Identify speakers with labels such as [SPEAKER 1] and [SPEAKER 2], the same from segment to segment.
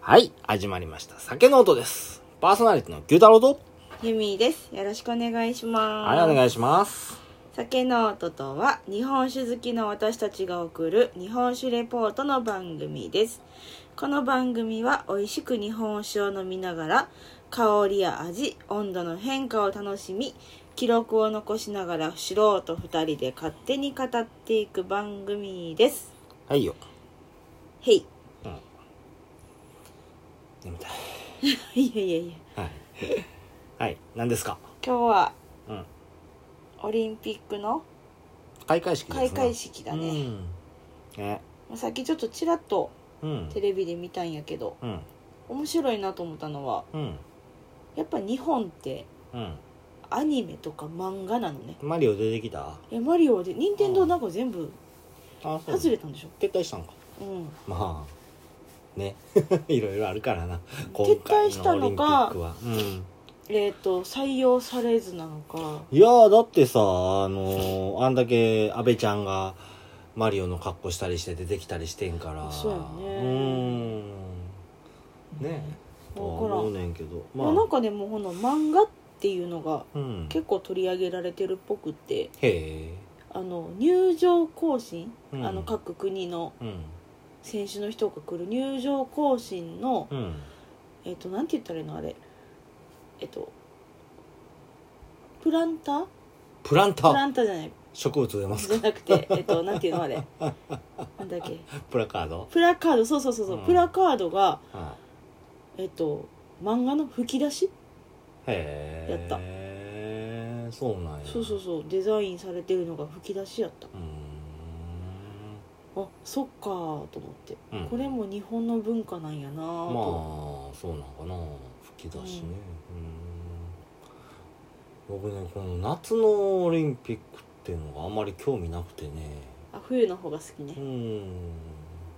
[SPEAKER 1] はい、始まりました。酒の音です。パーソナリティの牛太郎と、
[SPEAKER 2] ゆみです。よろしくお願いしま
[SPEAKER 1] は
[SPEAKER 2] す。
[SPEAKER 1] い、お願
[SPEAKER 2] い。
[SPEAKER 1] いします。
[SPEAKER 2] 酒の音とは、日本酒好きの私たちが送る日本酒レポートの番組です。この番組は、美味しく日本酒を飲みながら、香りや味、温度の変化を楽しみ、記録を残しながら素人二人で勝手に語っていく番組です。
[SPEAKER 1] はいよ。
[SPEAKER 2] へい。
[SPEAKER 1] 眠たい。
[SPEAKER 2] いやいやいや。
[SPEAKER 1] はい。はい、何ですか
[SPEAKER 2] 今日は、
[SPEAKER 1] うん
[SPEAKER 2] オリンピックの
[SPEAKER 1] 開会式ですね。
[SPEAKER 2] 開会式だね。
[SPEAKER 1] うん。ね。
[SPEAKER 2] まあさっきちょっとちらっと
[SPEAKER 1] うん。
[SPEAKER 2] テレビで見たんやけど、
[SPEAKER 1] うん。
[SPEAKER 2] 面白いなと思ったのは
[SPEAKER 1] うん。
[SPEAKER 2] やっぱ日本って
[SPEAKER 1] うん。
[SPEAKER 2] アニメとか漫画なのね
[SPEAKER 1] マリオ出てきたあ、
[SPEAKER 2] えマリオで任天堂なんか全部
[SPEAKER 1] そう。
[SPEAKER 2] 外れたんでしょ
[SPEAKER 1] 撤退したんか。
[SPEAKER 2] うん
[SPEAKER 1] まあ、ね。 いろいろあるからな。
[SPEAKER 2] 撤退した
[SPEAKER 1] 今回のオリ
[SPEAKER 2] のか
[SPEAKER 1] ンピックは。うん。
[SPEAKER 2] えっ、と採用されずなのか
[SPEAKER 1] いやーだってさ、あのー、あんだけ安倍ちゃんがマリオの格好したりして出てきたりしてんから。
[SPEAKER 2] そうやね
[SPEAKER 1] うーん。ねえ。
[SPEAKER 2] わからん
[SPEAKER 1] 思うねんけど。
[SPEAKER 2] まあ、なんかでもうこの漫画っていうのが
[SPEAKER 1] うん。へ
[SPEAKER 2] 結構取り上げられてるっぽくって
[SPEAKER 1] え。
[SPEAKER 2] あの入場行進、
[SPEAKER 1] うん
[SPEAKER 2] あの各国の
[SPEAKER 1] うん。
[SPEAKER 2] 選手の人が来る入場行進の、
[SPEAKER 1] うん。
[SPEAKER 2] えっ、となんて言ったらいいのあれえっ、とプランター
[SPEAKER 1] プランタ
[SPEAKER 2] プ
[SPEAKER 1] ー
[SPEAKER 2] ランターじゃない
[SPEAKER 1] 植物植えます
[SPEAKER 2] じ
[SPEAKER 1] か
[SPEAKER 2] ゃなくて、えっと、なんていうのあれ。なんだっけ。
[SPEAKER 1] プラカード
[SPEAKER 2] プラカード、そうそうそうそう、
[SPEAKER 1] うん
[SPEAKER 2] プラカードが、
[SPEAKER 1] は
[SPEAKER 2] えっと、漫画の吹き出し、
[SPEAKER 1] い。へえ。
[SPEAKER 2] やった
[SPEAKER 1] へえ。そうなんや。
[SPEAKER 2] そうそう
[SPEAKER 1] う
[SPEAKER 2] そう、デザインされてるのが吹き出しやった。
[SPEAKER 1] ーん。
[SPEAKER 2] あ、そっかーと思って、
[SPEAKER 1] うん
[SPEAKER 2] これも日本の文化なんやなーと。
[SPEAKER 1] まあそうなのかな吹き出しねうん僕ねこの夏のオリンピックっていうのがあまり興味なくてね
[SPEAKER 2] あ、冬の方が好き
[SPEAKER 1] う
[SPEAKER 2] ね。
[SPEAKER 1] ん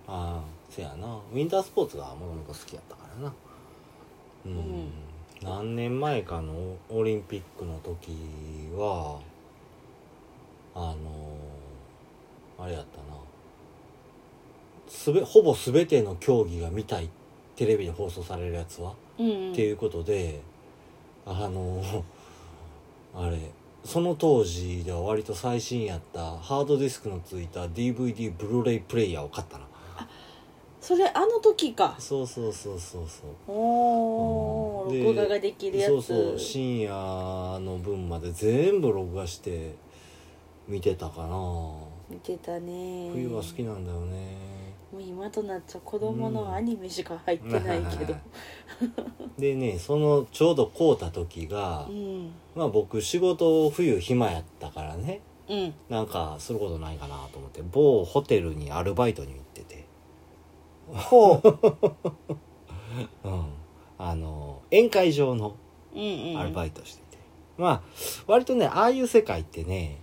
[SPEAKER 1] ああせやなウィンタースポーツがもともと好きやったからなうん、
[SPEAKER 2] うん
[SPEAKER 1] 何年前かのオリンピックの時はあのあれやったなすべほぼ全ての競技が見たいテレビで放送されるやつは、
[SPEAKER 2] うん、うん。
[SPEAKER 1] っていうことであの あれその当時では割と最新やったハードディスクのついた DVD ブルーレイプレイヤーを買ったな
[SPEAKER 2] それ、あの時か。
[SPEAKER 1] そうそうそうそうそう
[SPEAKER 2] お
[SPEAKER 1] うん
[SPEAKER 2] ー、
[SPEAKER 1] で
[SPEAKER 2] 録画ができるやつ。
[SPEAKER 1] そうそう深夜の分まで全部録画して見てたかな
[SPEAKER 2] 見てたねー
[SPEAKER 1] 冬は好きなんだよね
[SPEAKER 2] もう今となっちゃ子供のアニメしか入ってないけど
[SPEAKER 1] でねそのちょうど買うた時が
[SPEAKER 2] う、ん
[SPEAKER 1] まあ僕仕事冬暇やったからね
[SPEAKER 2] うん
[SPEAKER 1] なんかすることないかなと思って某ホテルにアルバイトに行っててほ う、うん、あの宴会場の
[SPEAKER 2] うんうん
[SPEAKER 1] アルバイトしてて、まあ割とねああいう世界ってね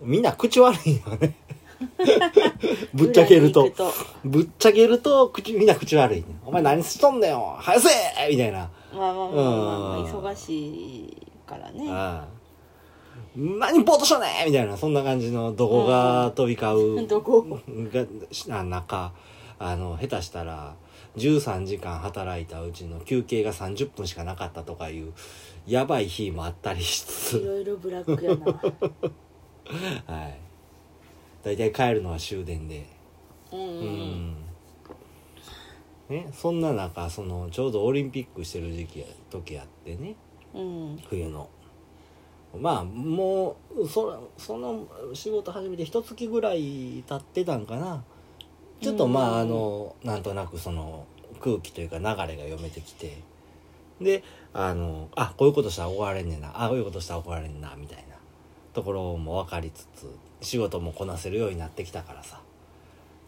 [SPEAKER 1] みんな口悪いよ ねぶっちゃける
[SPEAKER 2] 裏
[SPEAKER 1] と
[SPEAKER 2] に行く
[SPEAKER 1] ぶっちゃけると口みんな口悪い、ね、お前何しとんだよ早せえみたいな
[SPEAKER 2] まあまあまあまあまあ
[SPEAKER 1] うん
[SPEAKER 2] 忙しいからね
[SPEAKER 1] ああ何ぼーっとしたねみたいなそんな感じのどこが飛び 交う
[SPEAKER 2] どこ
[SPEAKER 1] がしあ中あの下手したら13時間働いたうちの休憩が30分しかなかったとかいうやばい日もあったりしつ
[SPEAKER 2] い
[SPEAKER 1] つ、
[SPEAKER 2] ろいろブラックやな
[SPEAKER 1] はい、大体帰るのは終電で
[SPEAKER 2] うん
[SPEAKER 1] う
[SPEAKER 2] うん
[SPEAKER 1] ん、ね、そんな中そのちょうどオリンピックしてる時期や時あってね、
[SPEAKER 2] うん
[SPEAKER 1] 冬のまあもうそらその仕事始めて一月ぐらい経ってたんかなちょっとまああ
[SPEAKER 2] うん
[SPEAKER 1] のなんとなくその空気というか流れが読めてきてであのあこういうことしたら怒られんねんなあこういうことしたら怒られんなみたいなところも分かりつつ仕事もこなせるようになってきたからさ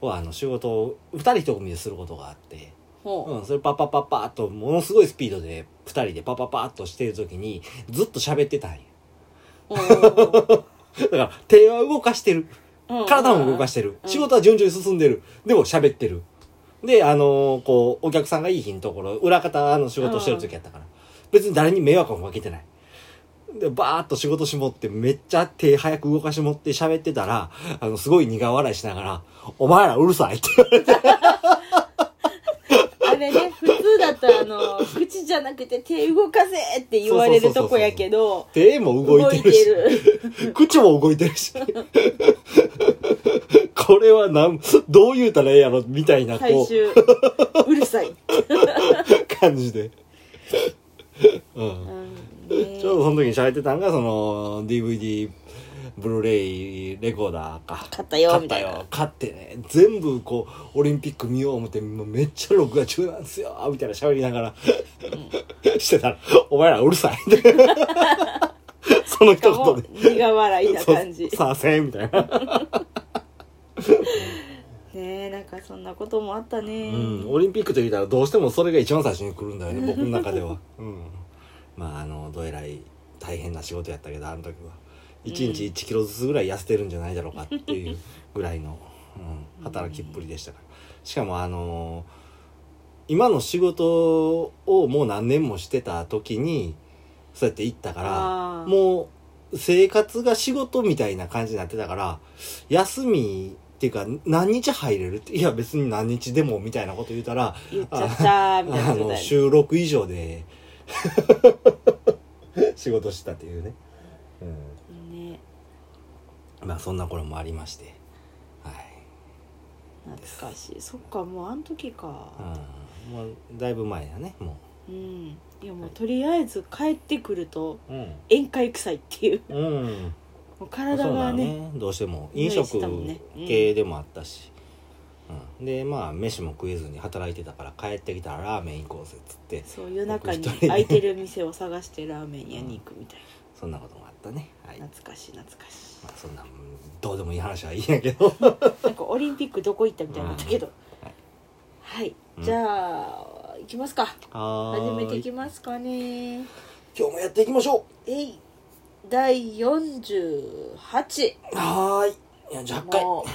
[SPEAKER 1] こうあの仕事を2人一組ですることがあって。
[SPEAKER 2] ほ
[SPEAKER 1] うん、それパッパッパッパーっとものすごいスピードで2人でパッパッパーっとしてる時にずっと喋ってたんや
[SPEAKER 2] ううん
[SPEAKER 1] だから手は動かしてる
[SPEAKER 2] うん
[SPEAKER 1] 体も動かしてる
[SPEAKER 2] うん
[SPEAKER 1] 仕事は順調に進んでるでも喋ってるであのーこうお客さんがいい日のところ裏方の仕事をしてる時やったから別に誰に迷惑もかけてないでバーッと仕事しもってめっちゃ手早く動かしもって喋ってたらあのすごい苦笑いしながら「お前らうるさい」って
[SPEAKER 2] あれね普通だったら あの口じゃなくて手動かせって言われるとこやけど
[SPEAKER 1] 手も動いてるし
[SPEAKER 2] 動いて る
[SPEAKER 1] 口も動いてるしこれはなんどう言うたらええやろみたいな
[SPEAKER 2] 最
[SPEAKER 1] こ
[SPEAKER 2] 終うるさい、
[SPEAKER 1] う感じで、うん
[SPEAKER 2] うん
[SPEAKER 1] ちょうどその時に喋ってたんがその DVD ブルーレイレコーダーか
[SPEAKER 2] 買ったよ
[SPEAKER 1] 買っ
[SPEAKER 2] みた
[SPEAKER 1] た
[SPEAKER 2] いな
[SPEAKER 1] よ買ってね全部こうオリンピック見よう思ってもうめっちゃ録画中なんですよみたいな喋りながら、してたら「お前らうるさい」 ってその一
[SPEAKER 2] しかも
[SPEAKER 1] 言で
[SPEAKER 2] 苦笑いな
[SPEAKER 1] そう
[SPEAKER 2] 感じ
[SPEAKER 1] さあせん」みたいな、
[SPEAKER 2] ねえなんかそんなこともあったね、
[SPEAKER 1] うん、オリンピックと言ったらどうしてもそれが一番最初に来るんだよね僕の中では、うん、まああのどえらい大変な仕事やったけどあの時は1日1キロずつぐらい痩せてるんじゃないだろうかっていうぐらいの、うん、働きっぷりでしたからしかもあの今の仕事をもう何年もしてた時にそうやって行ったから
[SPEAKER 2] あー
[SPEAKER 1] もう生活が仕事みたいな感じになってたから休みっていうか何日入れるっていや別に何日でもみたいなこと言うたら
[SPEAKER 2] 言っちゃったみたいな
[SPEAKER 1] あ
[SPEAKER 2] こと
[SPEAKER 1] の
[SPEAKER 2] だよね
[SPEAKER 1] 収録以上で 仕事してたっていうね、
[SPEAKER 2] ね
[SPEAKER 1] うん、まあそんな頃もありましてはい、
[SPEAKER 2] 懐かしいそっかもうあの時か
[SPEAKER 1] うん、もうだいぶ前だねも
[SPEAKER 2] うん、いやもうとりあえず帰ってくると
[SPEAKER 1] ううん、
[SPEAKER 2] 宴会臭いっていう
[SPEAKER 1] うん、
[SPEAKER 2] もう
[SPEAKER 1] そうだ
[SPEAKER 2] 体が
[SPEAKER 1] よ
[SPEAKER 2] ね
[SPEAKER 1] ねどうしても
[SPEAKER 2] 匂
[SPEAKER 1] 飲
[SPEAKER 2] いし
[SPEAKER 1] 食
[SPEAKER 2] てたもんねうん
[SPEAKER 1] 系でもあったし、うんでまあ飯も食えずに働いてたから帰ってきたらラーメン行こうぜっつって
[SPEAKER 2] そう夜中に
[SPEAKER 1] 僕一人で
[SPEAKER 2] 空いてる店を探してラーメン屋に行くみたい
[SPEAKER 1] そんなこともあったねはい
[SPEAKER 2] な、懐かしい懐かし
[SPEAKER 1] まあ、そんなうんどうでもいい話はいいんやけど
[SPEAKER 2] いなんかオリンピックどこ行ったみたいになったけどはい、
[SPEAKER 1] うん
[SPEAKER 2] じゃあ行きますか
[SPEAKER 1] は
[SPEAKER 2] 始めて
[SPEAKER 1] ー
[SPEAKER 2] い
[SPEAKER 1] い
[SPEAKER 2] きますかね
[SPEAKER 1] 今日もやっていきましょ
[SPEAKER 2] えい第48
[SPEAKER 1] うはーい48回
[SPEAKER 2] も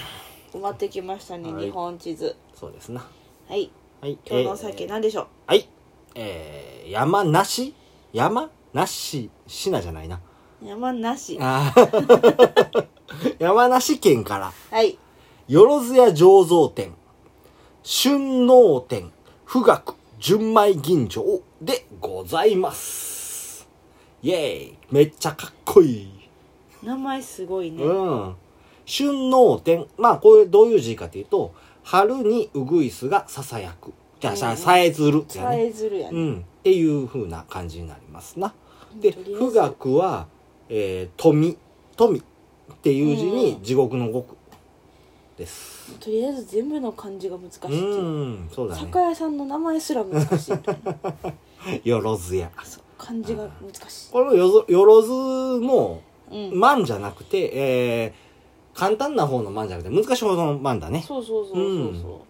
[SPEAKER 2] う埋まってきましたね、
[SPEAKER 1] はい
[SPEAKER 2] 日本地図
[SPEAKER 1] そうですな
[SPEAKER 2] はい
[SPEAKER 1] はい
[SPEAKER 2] 今日のお酒
[SPEAKER 1] えー
[SPEAKER 2] 何でしょう、
[SPEAKER 1] はいえー、山梨山梨しなじゃないな
[SPEAKER 2] 山梨
[SPEAKER 1] あー 山梨県から
[SPEAKER 2] はい
[SPEAKER 1] よろずや醸造店、春納店、富岳、純米吟醸でございます。イェーイめっちゃかっこいい。
[SPEAKER 2] 名前すごいね、
[SPEAKER 1] うん。春納店。まあ、これどういう字かというと、春にうぐいすがささやく。じゃあ、
[SPEAKER 2] うん
[SPEAKER 1] さ、さえずる。
[SPEAKER 2] さえずるや
[SPEAKER 1] う
[SPEAKER 2] ね、
[SPEAKER 1] ん。っていう風な感じになりますな。で、
[SPEAKER 2] とりあえず
[SPEAKER 1] 富岳は、えー、富、富っていう字
[SPEAKER 2] う
[SPEAKER 1] に
[SPEAKER 2] ん
[SPEAKER 1] 地獄の獄です。
[SPEAKER 2] とりあえず全部の漢字が難しいっていう
[SPEAKER 1] うんそうだね
[SPEAKER 2] 酒屋さんの名前すら難しいみ たいな
[SPEAKER 1] よろずや
[SPEAKER 2] そう漢字が難しい
[SPEAKER 1] このよぞよろずも
[SPEAKER 2] うん、
[SPEAKER 1] 万じゃなくて、えー簡単な方の万じゃなくて難しい方の万だね
[SPEAKER 2] そうそうそうそうそ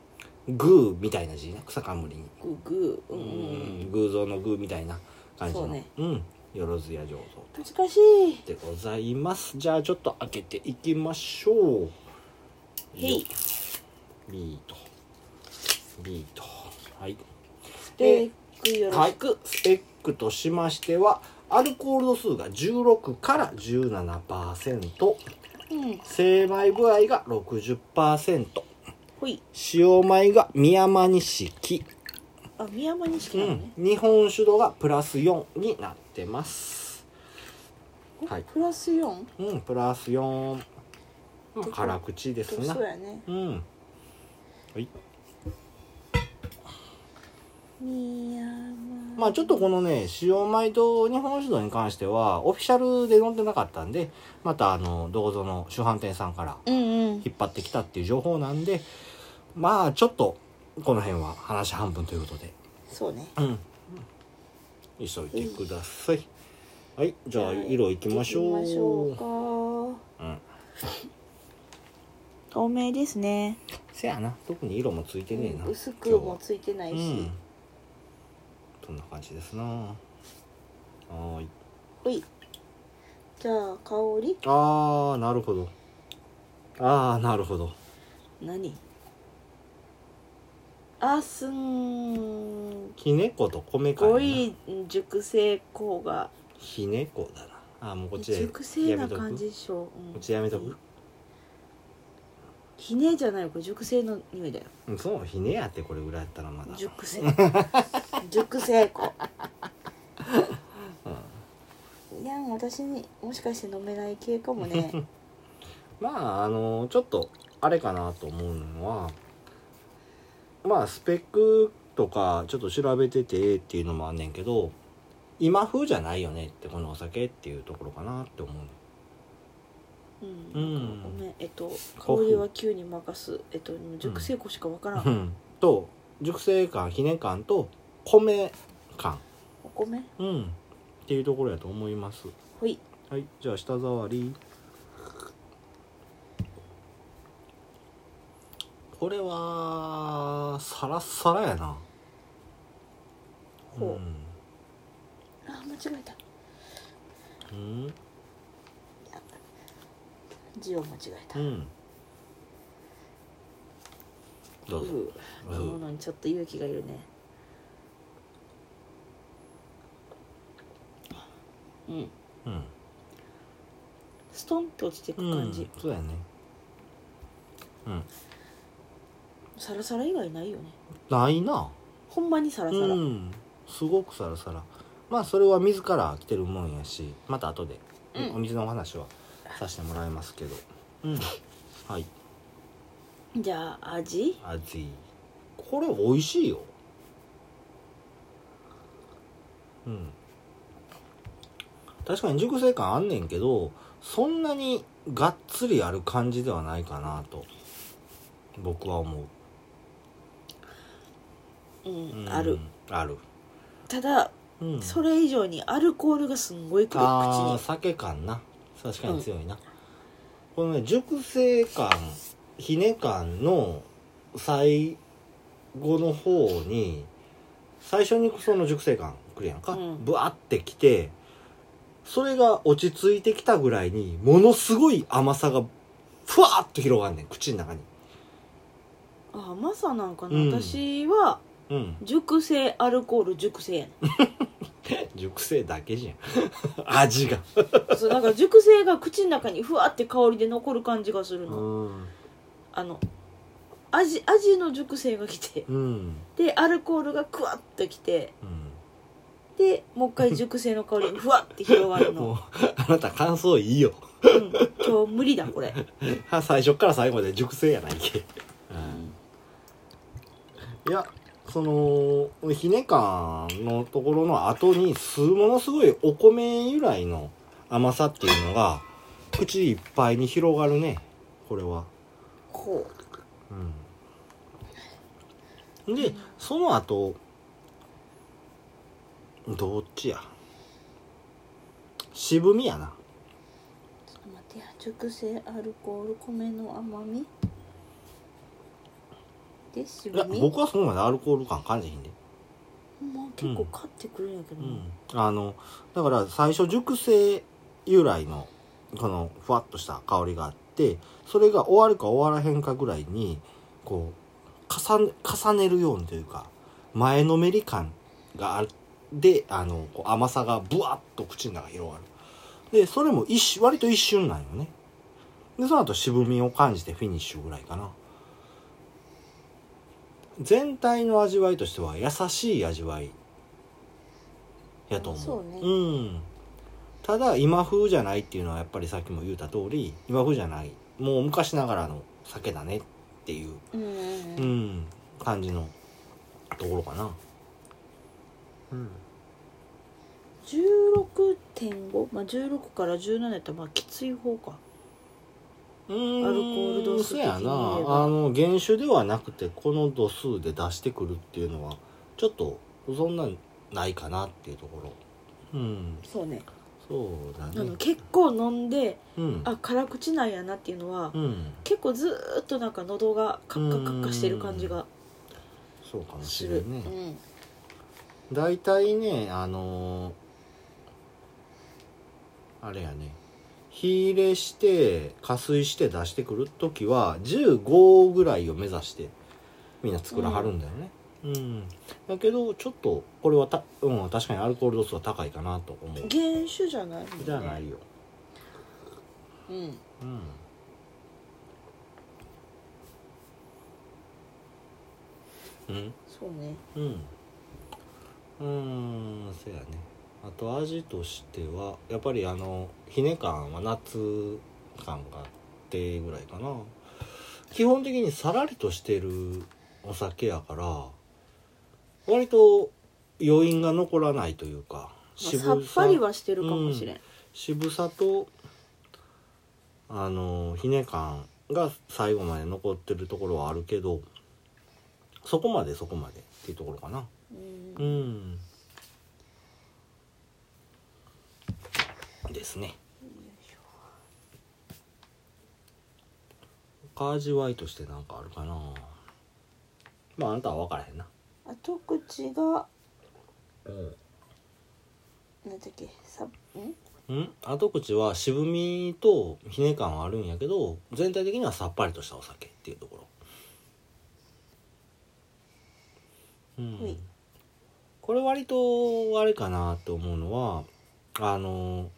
[SPEAKER 1] グーみたいな字ね草冠に、
[SPEAKER 2] う、グーグーう
[SPEAKER 1] うん
[SPEAKER 2] うんうん、
[SPEAKER 1] 偶像のグーみたいな感じの
[SPEAKER 2] そうね
[SPEAKER 1] んよろずや醸造
[SPEAKER 2] 難しい
[SPEAKER 1] でございますじゃあちょっと開けていきましょう
[SPEAKER 2] へい
[SPEAKER 1] よビートビートはい
[SPEAKER 2] スペックよろ
[SPEAKER 1] は
[SPEAKER 2] し
[SPEAKER 1] い
[SPEAKER 2] く、、
[SPEAKER 1] スペックとしましてはアルコール度数が16から17%
[SPEAKER 2] うん
[SPEAKER 1] 精米具合が60%
[SPEAKER 2] ほい
[SPEAKER 1] 塩米が宮間錦、
[SPEAKER 2] あ宮山錦
[SPEAKER 1] う
[SPEAKER 2] なの
[SPEAKER 1] ん
[SPEAKER 2] ね、、
[SPEAKER 1] 日本酒度がプラス4になってます
[SPEAKER 2] お
[SPEAKER 1] はい
[SPEAKER 2] プラス 4?
[SPEAKER 1] うんプラス4、まあ、辛口ですな
[SPEAKER 2] そうやね
[SPEAKER 1] うんはい
[SPEAKER 2] 宮山
[SPEAKER 1] まあちょっとこのね塩米と日本酒度に関してはオフィシャルで飲んでなかったんでまたあのどうぞの主販店さんから
[SPEAKER 2] うんうん
[SPEAKER 1] 引っ張ってきたっていう情報なんでまあちょっとこの辺は話半分ということで、
[SPEAKER 2] そうね
[SPEAKER 1] うん、急いでくださいはいじゃあ色いきましょう
[SPEAKER 2] 行きましょう
[SPEAKER 1] うん、
[SPEAKER 2] か透明ですね
[SPEAKER 1] せやな特に色もついてねえな、
[SPEAKER 2] 薄くもついてない
[SPEAKER 1] 今日はうん
[SPEAKER 2] し、
[SPEAKER 1] そんな感じですなはーい
[SPEAKER 2] ほいじゃあ香り
[SPEAKER 1] あーなるほどあーなるほど
[SPEAKER 2] 何あすん
[SPEAKER 1] きねこと米かいな
[SPEAKER 2] ごい熟成香が
[SPEAKER 1] ひねこだなあーもうこっちで
[SPEAKER 2] 熟成
[SPEAKER 1] や
[SPEAKER 2] な
[SPEAKER 1] めとく
[SPEAKER 2] 感じでしょ、うん
[SPEAKER 1] こっちでやめとく
[SPEAKER 2] ひねじゃないよこれ熟成の匂いだよ
[SPEAKER 1] うんそうひねやってこれぐらいやったらまだ
[SPEAKER 2] 熟成 熟成庫いやん私にもしかして飲めない系かも ね
[SPEAKER 1] まああのちょっとあれかなと思うのはまあスペックとかちょっと調べててっていうのもあんねんけど今風じゃないよねってこのお酒っていうところかなって思うの
[SPEAKER 2] うん、
[SPEAKER 1] うん
[SPEAKER 2] ごめんえっと
[SPEAKER 1] 古風
[SPEAKER 2] 香りは急に任すえっと熟成庫しかわからん、
[SPEAKER 1] うんと熟成感ひね感と米感、
[SPEAKER 2] お米
[SPEAKER 1] うん、っていうところやと思います
[SPEAKER 2] ほい
[SPEAKER 1] はいじゃあ舌触りこれはサラッサラやな
[SPEAKER 2] ほ
[SPEAKER 1] ん
[SPEAKER 2] あ間違えた
[SPEAKER 1] うん
[SPEAKER 2] 字を間違えた、
[SPEAKER 1] うんどうぞ
[SPEAKER 2] うう飲むのにちょっと勇気がいるねうん
[SPEAKER 1] うん
[SPEAKER 2] ストンと落ちていく感じ、
[SPEAKER 1] うん、そうやねうん
[SPEAKER 2] サラサラ以外ないよね
[SPEAKER 1] ないな
[SPEAKER 2] ほんまにサラサラ、
[SPEAKER 1] うんすごくサラサラまあそれは自ら来てるもんやしまた後で
[SPEAKER 2] うん
[SPEAKER 1] お水のお話はさせてもらいますけどうんはい
[SPEAKER 2] じゃあ味
[SPEAKER 1] 味これ美味しいようん確かに熟成感あんねんけどそんなにがっつりある感じではないかなと僕は思う、
[SPEAKER 2] うん、
[SPEAKER 1] うん
[SPEAKER 2] ある
[SPEAKER 1] ある、
[SPEAKER 2] ただ
[SPEAKER 1] うん、
[SPEAKER 2] それ以上にアルコールがすんごいくる
[SPEAKER 1] あー
[SPEAKER 2] 口
[SPEAKER 1] 酒感な確かに強いな、このね熟成感ひね感の最後の方に最初にその熟成感くるやんか、
[SPEAKER 2] うん
[SPEAKER 1] ぶわブワってきてそれが落ち着いてきたぐらいにものすごい甘さがふわーっと広がんねん口の中に
[SPEAKER 2] にあ甘さなんかな、
[SPEAKER 1] うん
[SPEAKER 2] 私は
[SPEAKER 1] うん
[SPEAKER 2] 熟成アルコール熟成やね
[SPEAKER 1] 熟成だけじゃん 味が
[SPEAKER 2] ん そうなんか熟成が口の中にふわって香りで残る感じがする
[SPEAKER 1] う
[SPEAKER 2] の、
[SPEAKER 1] ん
[SPEAKER 2] あの味味の熟成が来て
[SPEAKER 1] うん
[SPEAKER 2] でアルコールがクワッときて
[SPEAKER 1] うん
[SPEAKER 2] でもう一回熟成の香りがふわって広が る
[SPEAKER 1] もう
[SPEAKER 2] の、
[SPEAKER 1] あなた感想いいよ
[SPEAKER 2] うん、今日無理だ これ
[SPEAKER 1] は最初から最後まで熟成やないけ、いやそのひね感のところの後にすものすごいお米由来の甘さっていうのが口いっぱいに広がるねこれは
[SPEAKER 2] こ
[SPEAKER 1] うんでその後どっちや渋みやな
[SPEAKER 2] うちょっと待ってや熟成アルコール米の甘みで
[SPEAKER 1] いや
[SPEAKER 2] 渋み
[SPEAKER 1] 僕はそこまでアルコール感感じひんで
[SPEAKER 2] ほんま結構勝ってくるんやけどな、
[SPEAKER 1] あのだから最初熟成由来のこのふわっとした香りがあってそれが終わるか終わらへんかぐらいにこう重ね重ねるようにというか前のめり感があるであのこう甘さがブワッと口の中に広がるでそれも一瞬割と一瞬なんよねでその後渋みを感じてフィニッシュぐらいかな全体の味わいとしては優しい味わいやと思う
[SPEAKER 2] そうね
[SPEAKER 1] うんただ今風じゃないっていうのはやっぱりさっきも言った通り今風じゃないもう昔ながらの酒だねっていう、
[SPEAKER 2] うんうんう
[SPEAKER 1] うんん、感じのところかなうん
[SPEAKER 2] 16.5、まあ、16から17やったらまあきつい方か
[SPEAKER 1] うーん
[SPEAKER 2] アルコール度数
[SPEAKER 1] そう
[SPEAKER 2] 的に
[SPEAKER 1] やなあ
[SPEAKER 2] 言えば
[SPEAKER 1] の原酒ではなくてこの度数で出してくるっていうのはちょっとそんなんないかなっていうところうん
[SPEAKER 2] そうね
[SPEAKER 1] そうだ
[SPEAKER 2] あの
[SPEAKER 1] ね
[SPEAKER 2] 結構飲んで
[SPEAKER 1] うん
[SPEAKER 2] あ辛口なんやなっていうのは、
[SPEAKER 1] うん
[SPEAKER 2] 結構ずーっとなんか喉がカッカカッカしてる感じが
[SPEAKER 1] そうかもし
[SPEAKER 2] す
[SPEAKER 1] れ
[SPEAKER 2] る、
[SPEAKER 1] ないうね
[SPEAKER 2] ん、
[SPEAKER 1] 大体ねあのーあれやね火入れして加水して出してくる時は15ぐらいを目指してみんな作らはるんだよねうん、だけどちょっとこれはた、うん、確かにアルコール度数は高いかなと思う
[SPEAKER 2] 原酒じゃない
[SPEAKER 1] じゃないよ
[SPEAKER 2] うん
[SPEAKER 1] うんうん
[SPEAKER 2] そうね
[SPEAKER 1] うんうーんそうやねあと味としてはやっぱりあのひね感は夏感があってぐらいかな基本的にさらりとしてるお酒やから割と余韻が残らないというか
[SPEAKER 2] まあさっぱりはしてるかもしれん、
[SPEAKER 1] 渋さとあのひね感が最後まで残ってるところはあるけどそこまでそこまでっていうところかな
[SPEAKER 2] うん
[SPEAKER 1] うんですね他味わいとしてなんかあるかなまああなたは分からへんな
[SPEAKER 2] 後口が
[SPEAKER 1] うん
[SPEAKER 2] なんだっけさん
[SPEAKER 1] うん後口は渋みとひね感はあるんやけど全体的にはさっぱりとしたお酒っていうところうん、
[SPEAKER 2] はい
[SPEAKER 1] これ割とあれかなと思うのはあの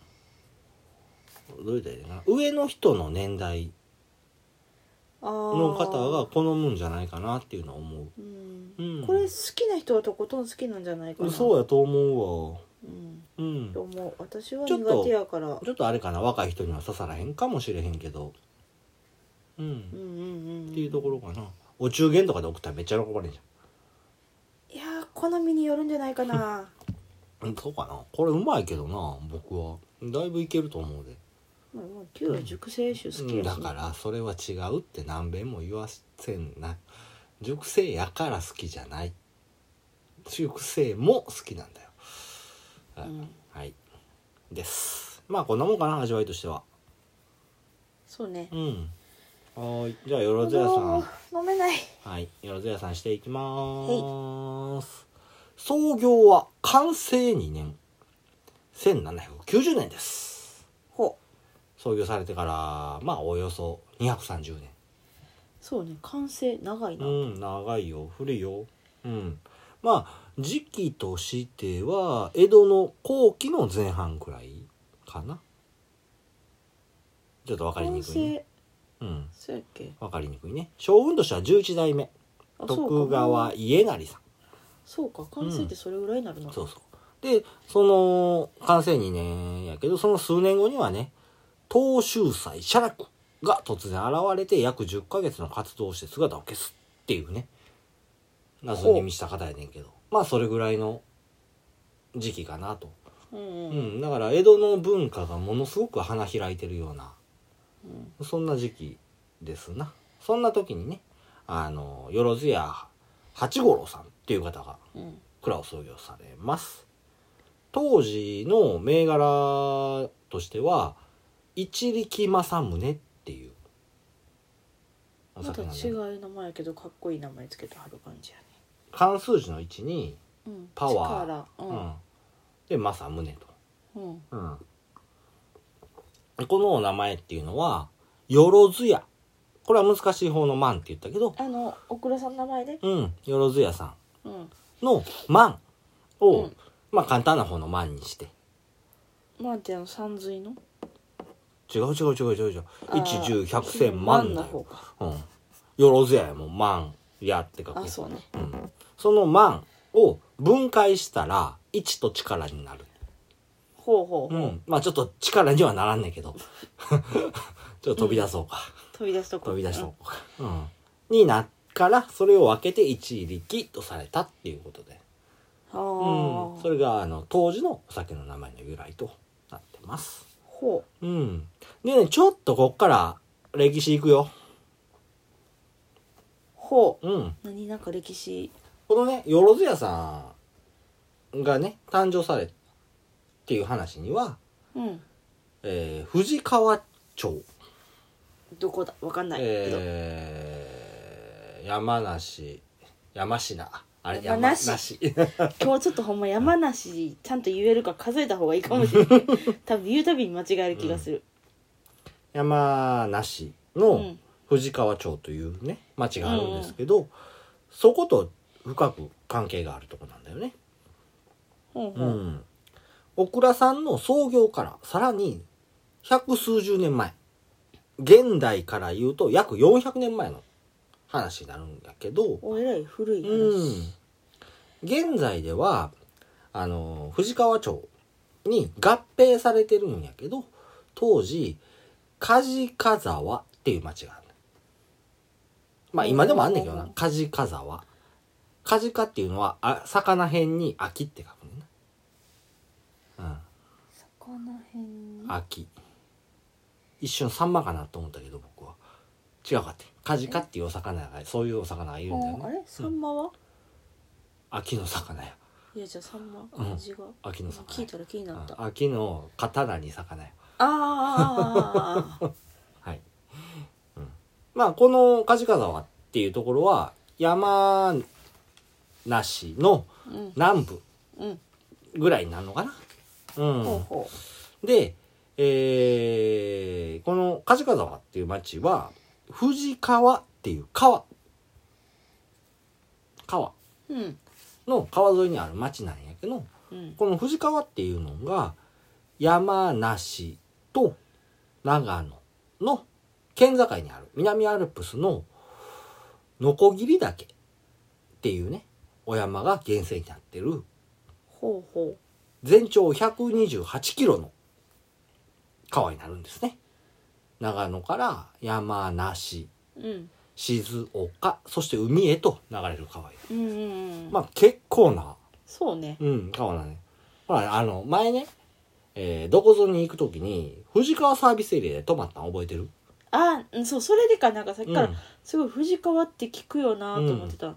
[SPEAKER 1] どう言ったらいいかな上の人の年代
[SPEAKER 2] あ
[SPEAKER 1] の
[SPEAKER 2] の
[SPEAKER 1] 方が好むんじゃないかなっていうのは思う
[SPEAKER 2] うん、
[SPEAKER 1] うん
[SPEAKER 2] これ好きな人はとことん好きなんじゃないかな
[SPEAKER 1] そうやと思うわ
[SPEAKER 2] うん、
[SPEAKER 1] うん
[SPEAKER 2] と思う私は
[SPEAKER 1] ちょっと
[SPEAKER 2] 苦手やから
[SPEAKER 1] ちょっとあれかな若い人には刺さらへんかもしれへんけどうん、
[SPEAKER 2] うんうんうんん
[SPEAKER 1] っていうところかなお中元とかで送ったらめっちゃ喜ばれるじ
[SPEAKER 2] いやー好みによるんじゃないか
[SPEAKER 1] ゃ
[SPEAKER 2] な
[SPEAKER 1] んうんそうかなこれうまいけどな僕はだいぶいけると思うで
[SPEAKER 2] まあまあ旧は熟成酒好き
[SPEAKER 1] うん
[SPEAKER 2] やし、
[SPEAKER 1] だからそれは違うって何べんも言わせんな熟成やから好きじゃない熟成も好きなんだよら
[SPEAKER 2] うん、
[SPEAKER 1] はいですまあこんなもんかな味わいとしては
[SPEAKER 2] そうね
[SPEAKER 1] うんはーいじゃあよろずやさん
[SPEAKER 2] 飲めない
[SPEAKER 1] はい、よろずやさんしていきます。創業は寛政2年、1790年です。
[SPEAKER 2] ほう
[SPEAKER 1] 創業されてから、まあおよそ230年。
[SPEAKER 2] そうね完成長いな、
[SPEAKER 1] うん、長いよ、古いよ。うん。まあ、時期としては、江戸の後期の前半くらいかな。ちょっとわかり
[SPEAKER 2] 完
[SPEAKER 1] にくいね。
[SPEAKER 2] 成
[SPEAKER 1] うん。
[SPEAKER 2] そうやっけ
[SPEAKER 1] わかりにくいね。将軍としては11代目、
[SPEAKER 2] あ
[SPEAKER 1] 徳川家成さん。
[SPEAKER 2] そうか完成ってそれぐらいになるな、
[SPEAKER 1] そうそう。で、その、完成2年やけど、その数年後にはね、東州祭写楽が突然現れて約10ヶ月の活動をして姿を消すっていうね、謎に満ちた方やねんけど、まあそれぐらいの時期かなと。
[SPEAKER 2] うん
[SPEAKER 1] う
[SPEAKER 2] うん
[SPEAKER 1] ん、だから江戸の文化がものすごく花開いてるような、
[SPEAKER 2] うん
[SPEAKER 1] そんな時期ですな。そんな時にね、あの、よろずや八五郎さんっていう方が
[SPEAKER 2] うん
[SPEAKER 1] 蔵を創業されます当時の銘柄としては一力政宗っていうお
[SPEAKER 2] また
[SPEAKER 1] 酒なん
[SPEAKER 2] 違
[SPEAKER 1] で
[SPEAKER 2] う名前やけどかっこいい名前つけてはる感じやね、
[SPEAKER 1] 漢数字の1に、
[SPEAKER 2] うん、
[SPEAKER 1] パワ
[SPEAKER 2] 力
[SPEAKER 1] うんで政宗と、
[SPEAKER 2] うん、うん、
[SPEAKER 1] うんでこのお名前っていうのはよろずやこれは難しい方の万って言ったけど
[SPEAKER 2] あのお倉さんの名前ね
[SPEAKER 1] うんよろずやさ
[SPEAKER 2] うん
[SPEAKER 1] んの万を、
[SPEAKER 2] うん
[SPEAKER 1] まあ簡単な方の万にして
[SPEAKER 2] マーティの三髄の
[SPEAKER 1] 違う違う違う違う違う
[SPEAKER 2] あー
[SPEAKER 1] 一十百千万だよ
[SPEAKER 2] の方か
[SPEAKER 1] うん。よろずややもん、万やって書く。
[SPEAKER 2] あそうね
[SPEAKER 1] うん。その万を分解したら、1と力になる。
[SPEAKER 2] ほうほう
[SPEAKER 1] う
[SPEAKER 2] ほう、
[SPEAKER 1] ん。まあちょっと力にはならんねんけど。 ちょっと飛び出そうか。
[SPEAKER 2] 飛び出すとこ
[SPEAKER 1] 飛び出しそうか。うん。になっから、それを分けて一力とされたっていうことで。
[SPEAKER 2] ああ、
[SPEAKER 1] うん。それ
[SPEAKER 2] れ
[SPEAKER 1] が、あの、当時のお酒の名前の由来となってます。
[SPEAKER 2] ほ
[SPEAKER 1] うん。でね、ちょっとこっから歴史いくよ。
[SPEAKER 2] うほ
[SPEAKER 1] うん。
[SPEAKER 2] う何なんか歴史
[SPEAKER 1] このね、よろずやさんがね、誕生されっていう話には、
[SPEAKER 2] うん
[SPEAKER 1] えー、藤川町、
[SPEAKER 2] どこだわかんないけど、
[SPEAKER 1] えー、山梨、山科、あれ、
[SPEAKER 2] 山梨
[SPEAKER 1] 山
[SPEAKER 2] 今日ちょっとほんま山梨ちゃんと言えるか数えた方がいいかもしれない 多分言うたびに間違える気がする、
[SPEAKER 1] 山梨
[SPEAKER 2] う
[SPEAKER 1] の
[SPEAKER 2] ん
[SPEAKER 1] 藤川町というね、町があるんですけど、そこと深く関係があるとこなんだよね。
[SPEAKER 2] ほうほ
[SPEAKER 1] う
[SPEAKER 2] う、
[SPEAKER 1] ん。小倉さんの創業からさらに百数十年前。現代から言うと約400年前の話になるんやけど、
[SPEAKER 2] おえらい古い話、
[SPEAKER 1] うん、現在ではあの藤川町に合併されてるんやけど当時梶賀沢っていう町があるまあ今でもあんねんけど
[SPEAKER 2] う
[SPEAKER 1] なん梶賀沢梶賀っていうのはあ魚辺に秋って書くねんな、
[SPEAKER 2] 魚辺に
[SPEAKER 1] うん、秋一瞬サンマかなと思ったけど僕は違うかって梶賀っていうお魚やからそういうお魚がいるんだよね
[SPEAKER 2] ああれサンマは、
[SPEAKER 1] 秋の魚や
[SPEAKER 2] いやじゃあサンマ
[SPEAKER 1] うん
[SPEAKER 2] 味が、
[SPEAKER 1] 秋の魚
[SPEAKER 2] 聞いたら気になった、あ
[SPEAKER 1] あ秋の刀に魚よ
[SPEAKER 2] あー
[SPEAKER 1] はい、うんまあこの梶川沢っていうところは山梨の
[SPEAKER 2] うん
[SPEAKER 1] 南部
[SPEAKER 2] うん
[SPEAKER 1] ぐらいになるのかなう
[SPEAKER 2] ほうんほ
[SPEAKER 1] で、えーこの梶川沢っていう町は藤川っていう川川
[SPEAKER 2] ううん
[SPEAKER 1] の川沿いにある町なんやけど
[SPEAKER 2] うん
[SPEAKER 1] この藤川っていうのが山梨と長野の県境にある南アルプスの鋸岳っていうねお山が源泉になってる
[SPEAKER 2] ほうほ
[SPEAKER 1] 全長128キロの川になるんですね長野から山梨
[SPEAKER 2] ううん
[SPEAKER 1] 静岡そして海へと流れる川になる
[SPEAKER 2] うんうんうん
[SPEAKER 1] まあ結構な
[SPEAKER 2] そうね
[SPEAKER 1] うん、川だね。ほら、あの、前ね、えー、どこぞに行くときに、藤川サービスエリアで泊まったの覚えてる
[SPEAKER 2] あうんそうそれでかなんかさっきから、
[SPEAKER 1] うん
[SPEAKER 2] すごい藤川って聞くよなと思ってた、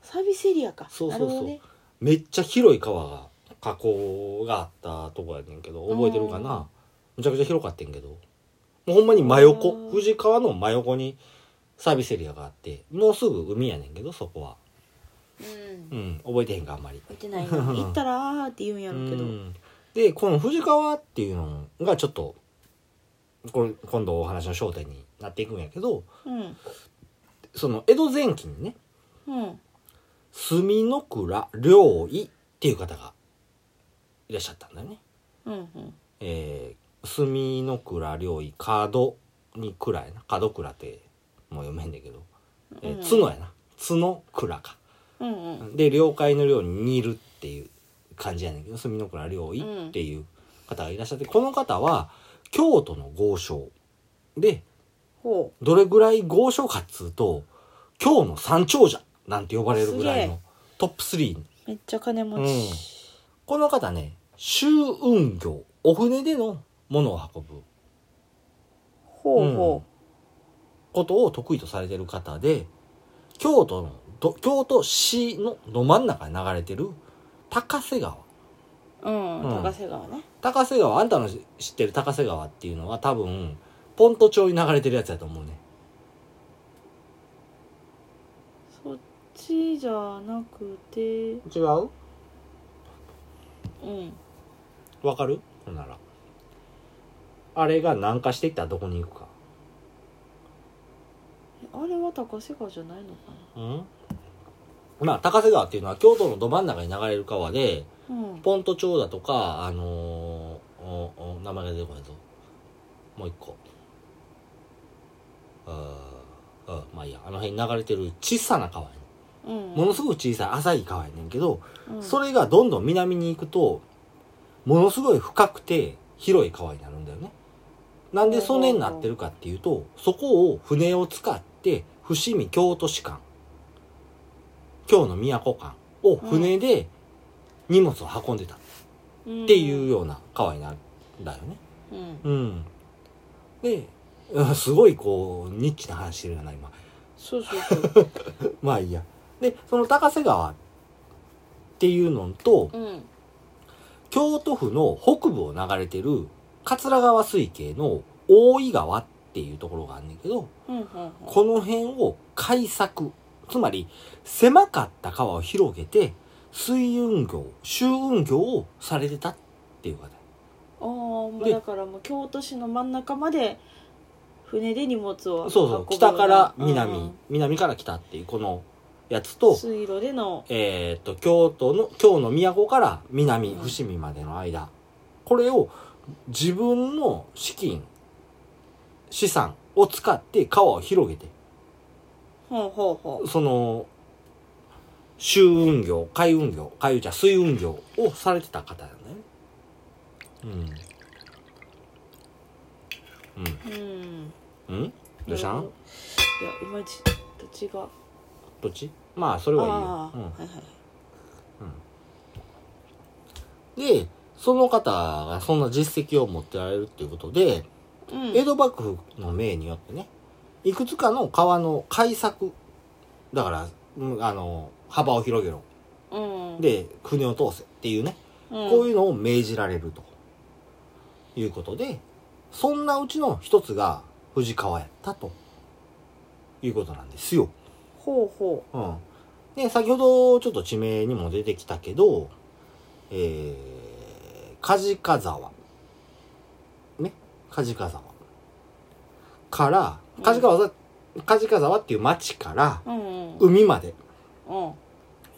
[SPEAKER 2] サービスエリアか
[SPEAKER 1] そうそうそう
[SPEAKER 2] なるほどね
[SPEAKER 1] めっちゃ広い川が、河口があったとこやねんけど、覚えてるかなめちゃくちゃ広かったんけど、もうほんまに真
[SPEAKER 2] あ
[SPEAKER 1] 横、
[SPEAKER 2] ー
[SPEAKER 1] 藤川の真横にサービスエリアがあって、もうすぐ海やねんけど、そこは。
[SPEAKER 2] うん
[SPEAKER 1] うん、覚えてへんか、あんまり。
[SPEAKER 2] 見てない な行ったらあーって言うんやろうけど、
[SPEAKER 1] うんでこの藤川っていうのがちょっとこれ今度お話の焦点になっていくんやけど
[SPEAKER 2] うん
[SPEAKER 1] その江戸前期にね
[SPEAKER 2] うん
[SPEAKER 1] 住の倉良医っていう方がいらっしゃったんだよね。
[SPEAKER 2] うんうん
[SPEAKER 1] えー、住の倉良医角に倉やな角倉ってもう読めへんだけど、えー
[SPEAKER 2] うん
[SPEAKER 1] 角やな角倉か。
[SPEAKER 2] うんうん
[SPEAKER 1] で了解の量に煮るっていう感じやねんけど住の倉良医っていう方がいらっしゃって、この方は京都の豪商で
[SPEAKER 2] ほ
[SPEAKER 1] どれぐらい豪商かっつうと京の三長者なんて呼ばれるぐらい
[SPEAKER 2] すげ
[SPEAKER 1] のトップ3
[SPEAKER 2] うめっちゃ金持ち、
[SPEAKER 1] この方ね舟運業お船でのものを運ぶ
[SPEAKER 2] ほうほ
[SPEAKER 1] ことを得意とされてる方で京都のど京都市のど真ん中に流れてる高瀬川
[SPEAKER 2] ううん、
[SPEAKER 1] うん
[SPEAKER 2] 高瀬川ね
[SPEAKER 1] 高瀬川あんたの知ってる高瀬川っていうのは多分ポント町に流れてるやつやと思うね
[SPEAKER 2] そっちじゃなくて
[SPEAKER 1] 違う
[SPEAKER 2] うん
[SPEAKER 1] わかるほんならあれが南下していったらどこに行くか
[SPEAKER 2] あれは高瀬川じゃないのか
[SPEAKER 1] うんまあ高瀬川っていうのは京都のど真ん中に流れる川で
[SPEAKER 2] なうん
[SPEAKER 1] ポント町だとかあのーおお名前が出てこないぞもう一個あーあーまあいいやあの辺に流れてる小さな川やね
[SPEAKER 2] うん
[SPEAKER 1] ものすごく小さい浅い川やねんけど
[SPEAKER 2] うん
[SPEAKER 1] それがどんどん南に行くと、ものすごい深くて広い川になるんだよね。なんでそれになってるかっていうと、そこを船を使って、伏見京都市間、京の都間を船で荷物を運んでたっ
[SPEAKER 2] うん
[SPEAKER 1] ていうような川になるんだよね。
[SPEAKER 2] うん
[SPEAKER 1] うん。で、うんすごいこう、ニッチな話してるよな、今。
[SPEAKER 2] そうそうそう
[SPEAKER 1] まあいいや。で、その高瀬川っていうのと、
[SPEAKER 2] うん
[SPEAKER 1] 京都府の北部を流れてる桂川水系の大井川っていうところがあんねんけど、
[SPEAKER 2] うんうん
[SPEAKER 1] この辺を開削。つまり、狭かった川を広げて、水運業、舟運業をされてたっていう方。
[SPEAKER 2] ああもう
[SPEAKER 1] で
[SPEAKER 2] だからもう京都市の真ん中まで船で荷物を運ぶ
[SPEAKER 1] そうそう、北から南、
[SPEAKER 2] うん
[SPEAKER 1] 南から北っていうこのやつと、
[SPEAKER 2] 水路での
[SPEAKER 1] えーっと、京都の、京の都から南、
[SPEAKER 2] うん
[SPEAKER 1] 伏見までの間、これを自分の資金、資産を使って川を広げて、
[SPEAKER 2] ほうほうほう
[SPEAKER 1] その舟運業海運業海運じゃ水運業をされてた方やねうん
[SPEAKER 2] うん
[SPEAKER 1] うんうんどうしたん
[SPEAKER 2] いやいまいちどっちが
[SPEAKER 1] どっちまあそれはいいよ
[SPEAKER 2] ああ、、はいはい
[SPEAKER 1] うん、でその方がそんな実績を持ってられるっていうことで、
[SPEAKER 2] うん
[SPEAKER 1] 江戸幕府の命によってねいくつかの川の開削だから、うんあの幅を広げろ
[SPEAKER 2] うん、
[SPEAKER 1] で国を通せっていうね
[SPEAKER 2] うん、
[SPEAKER 1] こういうのを命じられるということで、そんなうちの一つが藤川やったということなんですよ。
[SPEAKER 2] ほうほ
[SPEAKER 1] うん。で、先ほどちょっと地名にも出てきたけど、えー、梶川沢。ね。梶川沢。から、梶川沢、梶川沢っていう町から
[SPEAKER 2] ううんうん
[SPEAKER 1] 海まで
[SPEAKER 2] うん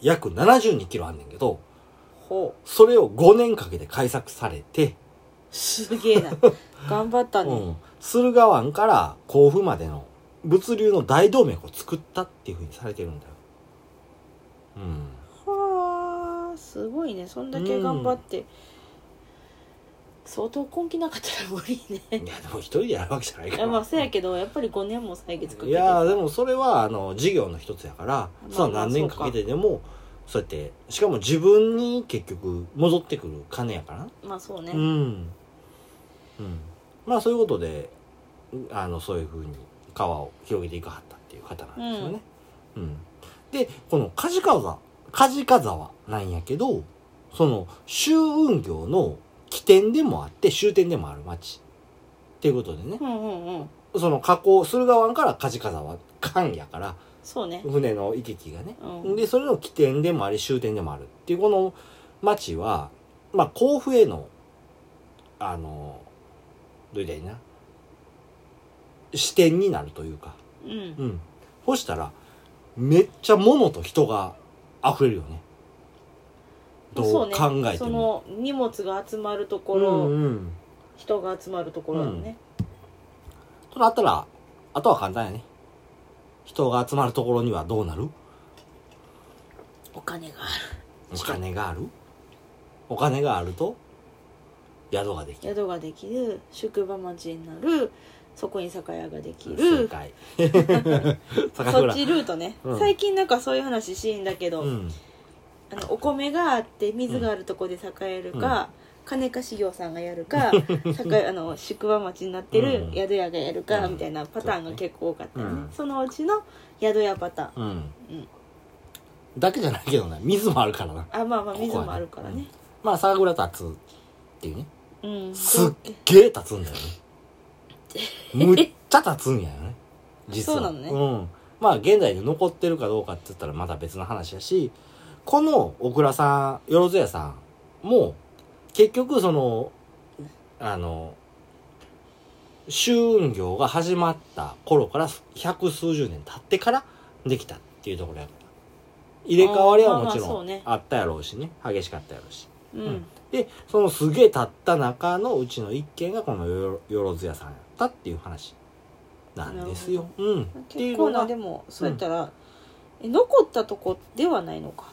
[SPEAKER 1] 約72キロあんねんけど、
[SPEAKER 2] ほ
[SPEAKER 1] それを5年かけて開削されて、
[SPEAKER 2] うすげえな頑張ったね、
[SPEAKER 1] うん、駿河湾から甲府までの物流の大動脈を作ったっていうふうにされてるんだよ。うん。
[SPEAKER 2] はあすごいねそんだけ頑張って、相当根気なかったら無理ね
[SPEAKER 1] いや、でも一人でやるわけじゃない
[SPEAKER 2] い
[SPEAKER 1] か
[SPEAKER 2] や
[SPEAKER 1] ら。
[SPEAKER 2] まあそうやけどやっぱり5年も歳月かけて
[SPEAKER 1] いやでもそれはあの事業の一つやから、
[SPEAKER 2] あ
[SPEAKER 1] その何年かけてでもそうやってしかも自分に結局戻ってくる金やから
[SPEAKER 2] まあそうね、
[SPEAKER 1] うん、うん、まあそういうことであのそういうふうに川を広げていかはったっていう方なんですよね、うんでこの梶川梶川沢なんやけどその舟運業の起点でもあって終点でもある町っていうことでね
[SPEAKER 2] う、んうんうん
[SPEAKER 1] その河口駿河湾から梶川沢間やから
[SPEAKER 2] そうね
[SPEAKER 1] 船の行き来がね、
[SPEAKER 2] うん
[SPEAKER 1] でそれの起点でもあり終点でもあるっていうこの町は、まあ、甲府へのあのどう言ったらいいな支点になるというか
[SPEAKER 2] うん
[SPEAKER 1] うんそしたらめっちゃ物と人が溢れるよねどう考えて
[SPEAKER 2] そ
[SPEAKER 1] も。
[SPEAKER 2] の荷物が集まるとこ
[SPEAKER 1] う
[SPEAKER 2] ろ、
[SPEAKER 1] んうん、
[SPEAKER 2] 人が集まるところだね、
[SPEAKER 1] となったらあとは簡単やね人が集まるところにはどうなる
[SPEAKER 2] お金があ
[SPEAKER 1] お金があるお金があると宿ができ
[SPEAKER 2] る
[SPEAKER 1] る
[SPEAKER 2] 宿ができる宿場町になるそこに酒屋ができ
[SPEAKER 1] 正
[SPEAKER 2] る
[SPEAKER 1] 解 酒
[SPEAKER 2] そ
[SPEAKER 1] 蔵
[SPEAKER 2] っちルートね、
[SPEAKER 1] うん
[SPEAKER 2] 最近なんかそういう話しいんだけど、
[SPEAKER 1] うん
[SPEAKER 2] あのお米があって水があるとこで栄えるか、金貸し業さんがや るか栄あの宿場町になってる
[SPEAKER 1] うん
[SPEAKER 2] 宿屋がやるか、
[SPEAKER 1] うん
[SPEAKER 2] みたいなパターンが結構多かったよね、
[SPEAKER 1] うん
[SPEAKER 2] そのうちの宿屋パターン
[SPEAKER 1] うん
[SPEAKER 2] うん
[SPEAKER 1] だけじゃないけどね水もあるからな
[SPEAKER 2] あまあま
[SPEAKER 1] ここ
[SPEAKER 2] あ
[SPEAKER 1] はね
[SPEAKER 2] 水もあるからね
[SPEAKER 1] まあ酒蔵立つっていうね
[SPEAKER 2] うん
[SPEAKER 1] すっげえ立つんだよねむっちゃ立つんやよね実は
[SPEAKER 2] そうなのね
[SPEAKER 1] うんまあ現代で残ってるかどうかって言ったらまた別の話やしこの小倉さんよろずやさんも結局そのあの舟運業が始まった頃から百数十年経ってからできたっていうところやから入れ替わりはもち
[SPEAKER 2] あーまあまあそ
[SPEAKER 1] ろ
[SPEAKER 2] うね
[SPEAKER 1] んあったやろうしね激しかったやろうし
[SPEAKER 2] うん、
[SPEAKER 1] うんでそのすげえたった中のうちの一軒がこのよろよろずやさんやったっていう話なんですよ。うん、っていう
[SPEAKER 2] 結
[SPEAKER 1] の
[SPEAKER 2] 構な
[SPEAKER 1] が
[SPEAKER 2] でもそうやったら、え残ったとこではないのか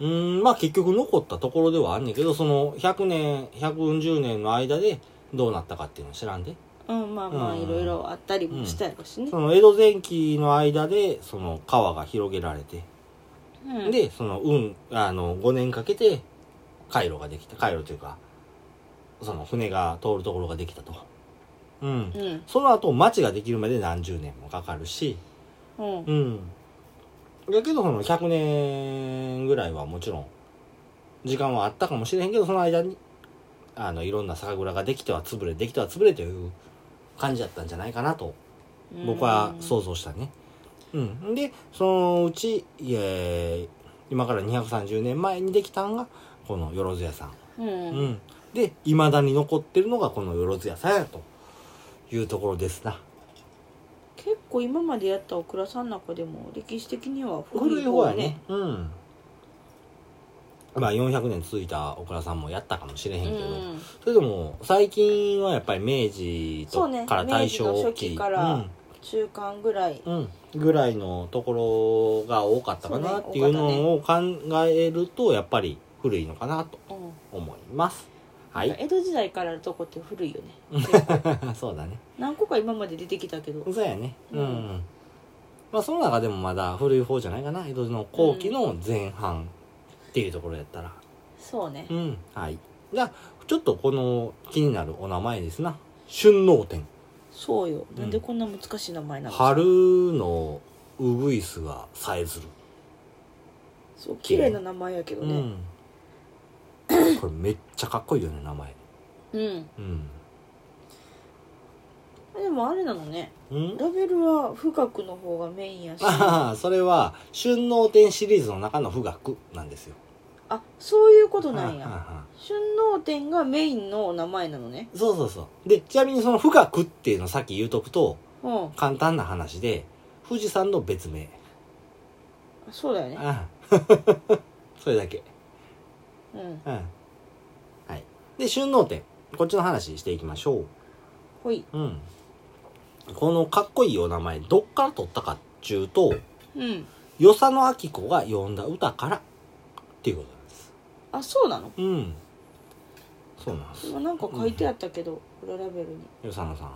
[SPEAKER 1] うんまあ結局残ったところではあんねんけどその100年140年の間でどうなったかっていうのは知らんで
[SPEAKER 2] うんまあまあ
[SPEAKER 1] うん
[SPEAKER 2] いろいろあったりもしたやろしね、
[SPEAKER 1] その江戸前期の間でその川が広げられて、
[SPEAKER 2] うん
[SPEAKER 1] でその運あの5年かけて回路ができた回路というかその船が通るところができたと。うん
[SPEAKER 2] うん
[SPEAKER 1] その後町ができるまで何十年もかかるし、
[SPEAKER 2] うん
[SPEAKER 1] うん。だけどその100年ぐらいはもちろん時間はあったかもしれへんけどその間にあのいろんな酒蔵ができては潰れできては潰れという感じだったんじゃないかなと僕は想像したね。うん、でそのうち、えー今から230年前にできたんがこのよろずやさん。
[SPEAKER 2] うん、うん
[SPEAKER 1] うん、でいまだに残ってるのがこのよろずやさんやというところですな。
[SPEAKER 2] 結構今までやったオクラさんの中でも歴史的には
[SPEAKER 1] 古
[SPEAKER 2] 古
[SPEAKER 1] い
[SPEAKER 2] い
[SPEAKER 1] 方
[SPEAKER 2] 方
[SPEAKER 1] や
[SPEAKER 2] や
[SPEAKER 1] ね
[SPEAKER 2] ね
[SPEAKER 1] うんまあ400年続いた小倉さんもやったかもしれへんけど、
[SPEAKER 2] うん
[SPEAKER 1] それでも最近はやっぱり明治
[SPEAKER 2] そ
[SPEAKER 1] と
[SPEAKER 2] うね
[SPEAKER 1] から大正
[SPEAKER 2] 明治の
[SPEAKER 1] 期
[SPEAKER 2] 初期から
[SPEAKER 1] うん
[SPEAKER 2] 中間ぐらい
[SPEAKER 1] うん、ぐらいのところが多かったかなっていうのを考えるとやっぱり古いのかなと
[SPEAKER 2] うん
[SPEAKER 1] 思いますは
[SPEAKER 2] なんか
[SPEAKER 1] い
[SPEAKER 2] 江戸時代からあるとこって古いよね
[SPEAKER 1] そうだね
[SPEAKER 2] 何個か今まで出てきたけど
[SPEAKER 1] そうやねうん、
[SPEAKER 2] う
[SPEAKER 1] まあその中でもまだ古い方じゃないかな江戸の後期の前半っていうところやったら
[SPEAKER 2] そうね
[SPEAKER 1] うん、はいじゃあちょっとこの気になるお名前ですな春能天
[SPEAKER 2] そうよ
[SPEAKER 1] うん
[SPEAKER 2] なんでこんな難しい名前なの
[SPEAKER 1] 春のウグイスがさえずる、
[SPEAKER 2] そう綺麗な名前やけどね
[SPEAKER 1] うんこれめっちゃかっこいいよね名前
[SPEAKER 2] うん
[SPEAKER 1] うん
[SPEAKER 2] でもあれなのね
[SPEAKER 1] うん
[SPEAKER 2] ラベルは富岳の方がメイン やし
[SPEAKER 1] あ あそれは春能天シリーズの中の富岳なんですよ
[SPEAKER 2] あそういうことなん
[SPEAKER 1] はは
[SPEAKER 2] や
[SPEAKER 1] は
[SPEAKER 2] 春能天がメインの名前なのね
[SPEAKER 1] そうそうそうでちなみにその富岳っていうのをさっき言うとくと
[SPEAKER 2] うん
[SPEAKER 1] 簡単な話で富士山の別名
[SPEAKER 2] そうだよね
[SPEAKER 1] あ あそれだけ
[SPEAKER 2] うん
[SPEAKER 1] うんはいで春能天こっちの話していきましょ
[SPEAKER 2] ほいう
[SPEAKER 1] うんこのかっこいいお名前どっから取ったかっちゅうと
[SPEAKER 2] うん
[SPEAKER 1] 与謝野明子が詠んだ歌からっていうことなんです
[SPEAKER 2] あそうなの
[SPEAKER 1] うんそうなんです
[SPEAKER 2] 今なんか書いてあったけど裏ラベルに
[SPEAKER 1] 与謝野さん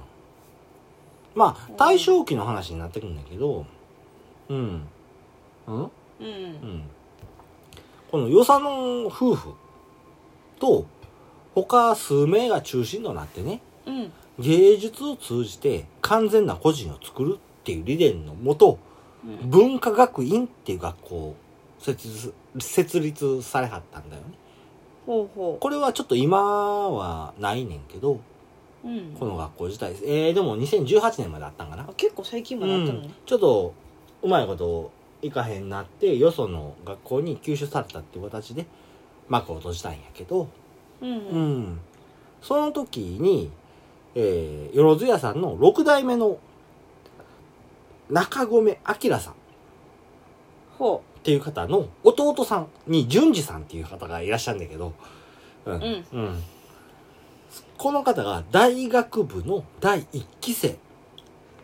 [SPEAKER 1] まあ大正期の話になってくるんだけどうんうん
[SPEAKER 2] うん
[SPEAKER 1] うんこの与謝野夫婦と他数名が中心となってね
[SPEAKER 2] うん
[SPEAKER 1] 芸術を通じて完全な個人を作るっていう理念のもと
[SPEAKER 2] うん
[SPEAKER 1] 文化学院っていう学校を設立設立されはったんだよね
[SPEAKER 2] ほうほ
[SPEAKER 1] これはちょっと今はないねんけど
[SPEAKER 2] ううん
[SPEAKER 1] この学校自体えー、でも2018年まであったんかな
[SPEAKER 2] あ結構最近まであったのね
[SPEAKER 1] ちょっとうまいこといかへんなってよその学校に吸収されたっていう形で幕を閉じたんやけど、
[SPEAKER 2] うんうん
[SPEAKER 1] う、ん、その時に、えー、よろず屋さんの6代目の中込明さんっ
[SPEAKER 2] ほ
[SPEAKER 1] ていう方の弟さんに淳二さんっていう方がいらっしゃるんだけど、うん
[SPEAKER 2] ん
[SPEAKER 1] うんこの方が大学部の第1期生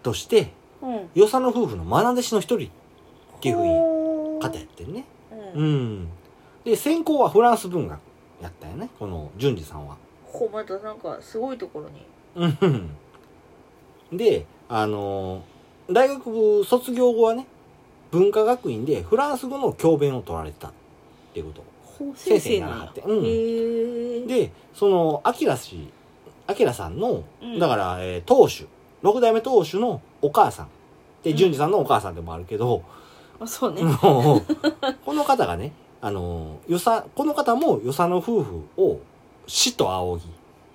[SPEAKER 1] として
[SPEAKER 2] ううん
[SPEAKER 1] 与謝野夫婦の愛弟子の一人っていうふうに
[SPEAKER 2] ほう
[SPEAKER 1] 方やってんね
[SPEAKER 2] う
[SPEAKER 1] うんんで専攻はフランス文学やったよねこの淳二さんは
[SPEAKER 2] ほうまたなんかすごいところに
[SPEAKER 1] うんであのー大学部卒業後はね文化学院でフランス語の教鞭を取られてたっていうこと
[SPEAKER 2] ほう
[SPEAKER 1] 先
[SPEAKER 2] 先
[SPEAKER 1] 生
[SPEAKER 2] 生
[SPEAKER 1] になら
[SPEAKER 2] な
[SPEAKER 1] は
[SPEAKER 2] ん
[SPEAKER 1] って
[SPEAKER 2] や
[SPEAKER 1] うん
[SPEAKER 2] へえ
[SPEAKER 1] でそのアキラ氏アキラさんの、
[SPEAKER 2] うん
[SPEAKER 1] だから、えー当主6代目当主のお母さんで淳二さんのお母さんでもあるけど、
[SPEAKER 2] あそうね
[SPEAKER 1] もうこの方がね、あの、よさ、この方も与謝野夫婦を、師と仰ぎ、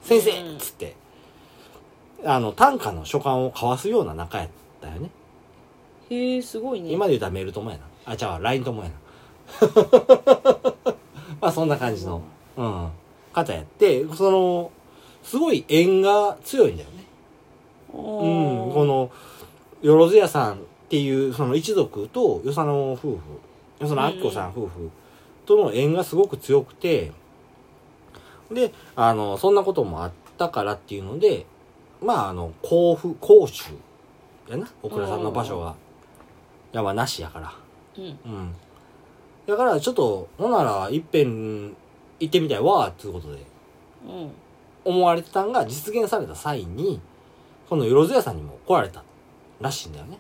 [SPEAKER 1] 先生
[SPEAKER 2] うん
[SPEAKER 1] っつって、あの、短歌の書簡を交わすような仲やったよね。
[SPEAKER 2] へえすごいね
[SPEAKER 1] 今で言うたらメール友やな。あ、じゃあ LINE 友やな。 まあそんな感じの、うん、方やって、その、すごい縁が強いんだよね。
[SPEAKER 2] う
[SPEAKER 1] うん、この、よろずやさんっていう、その一族と、与謝野夫婦、よそのあきこさん夫婦との縁がすごく強くて、で、あの、そんなこともあったからっていうので、まあ、あの、甲府、甲州やな、小倉さんの場所が、山なしやから。
[SPEAKER 2] うん
[SPEAKER 1] うん。だから、ちょっと、ほんなら、いっぺん行ってみたいわ、っていうことで、
[SPEAKER 2] うん
[SPEAKER 1] 思われてたんが実現された際にこのよろず屋さんにも来られたらしいんだよね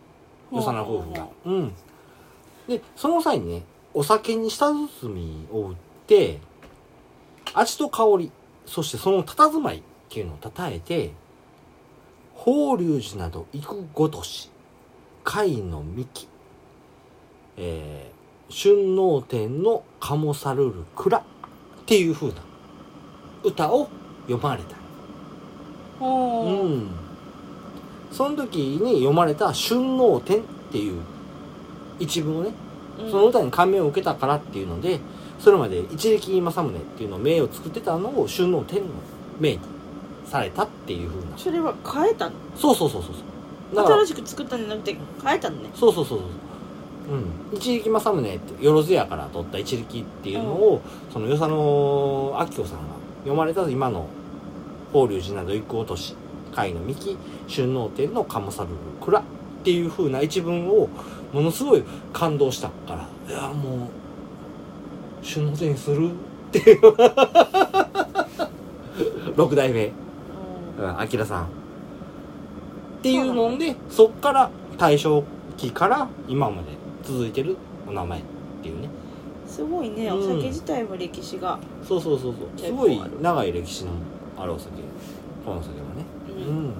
[SPEAKER 1] 与謝野夫婦が。うん、でその際にねお酒に舌包みを打って味と香りそしてその佇まいっていうのを称えて法隆寺など行くごとし貝の幹えー、春能天の鴨さるる蔵っていう風な歌を読まれた
[SPEAKER 2] ほう
[SPEAKER 1] うん、その時に読まれた「春能天」っていう一文をね
[SPEAKER 2] うん
[SPEAKER 1] その歌に感銘を受けたからっていうのでそれまで一力政宗っていうのを名を作ってたのを春能天の名にされたっていうふうな
[SPEAKER 2] それは変えたの
[SPEAKER 1] そうそうそうそうそうだから
[SPEAKER 2] 新しく作ったんじゃなくて変えたのね
[SPEAKER 1] そうそうそうそううん、一力政宗ってよろずやから取った一力っていうのを、その与謝野明子さんが読まれた今の法隆寺など行く落とし会の幹春能天の鴨さるる蔵っっていう風な一文をものすごい感動したからいやもう首脳戦にするっていう 六代目
[SPEAKER 2] うん
[SPEAKER 1] うん、明さん。っていうので、そっから大正期から今まで続いてるお名前っていうね。
[SPEAKER 2] すごいね
[SPEAKER 1] うん
[SPEAKER 2] お酒自体も歴史が、
[SPEAKER 1] そうそうそうそう。す
[SPEAKER 2] 結構
[SPEAKER 1] ごい
[SPEAKER 2] ある
[SPEAKER 1] 長い歴史のあるお酒。このお酒はね。
[SPEAKER 2] う
[SPEAKER 1] うんん。っ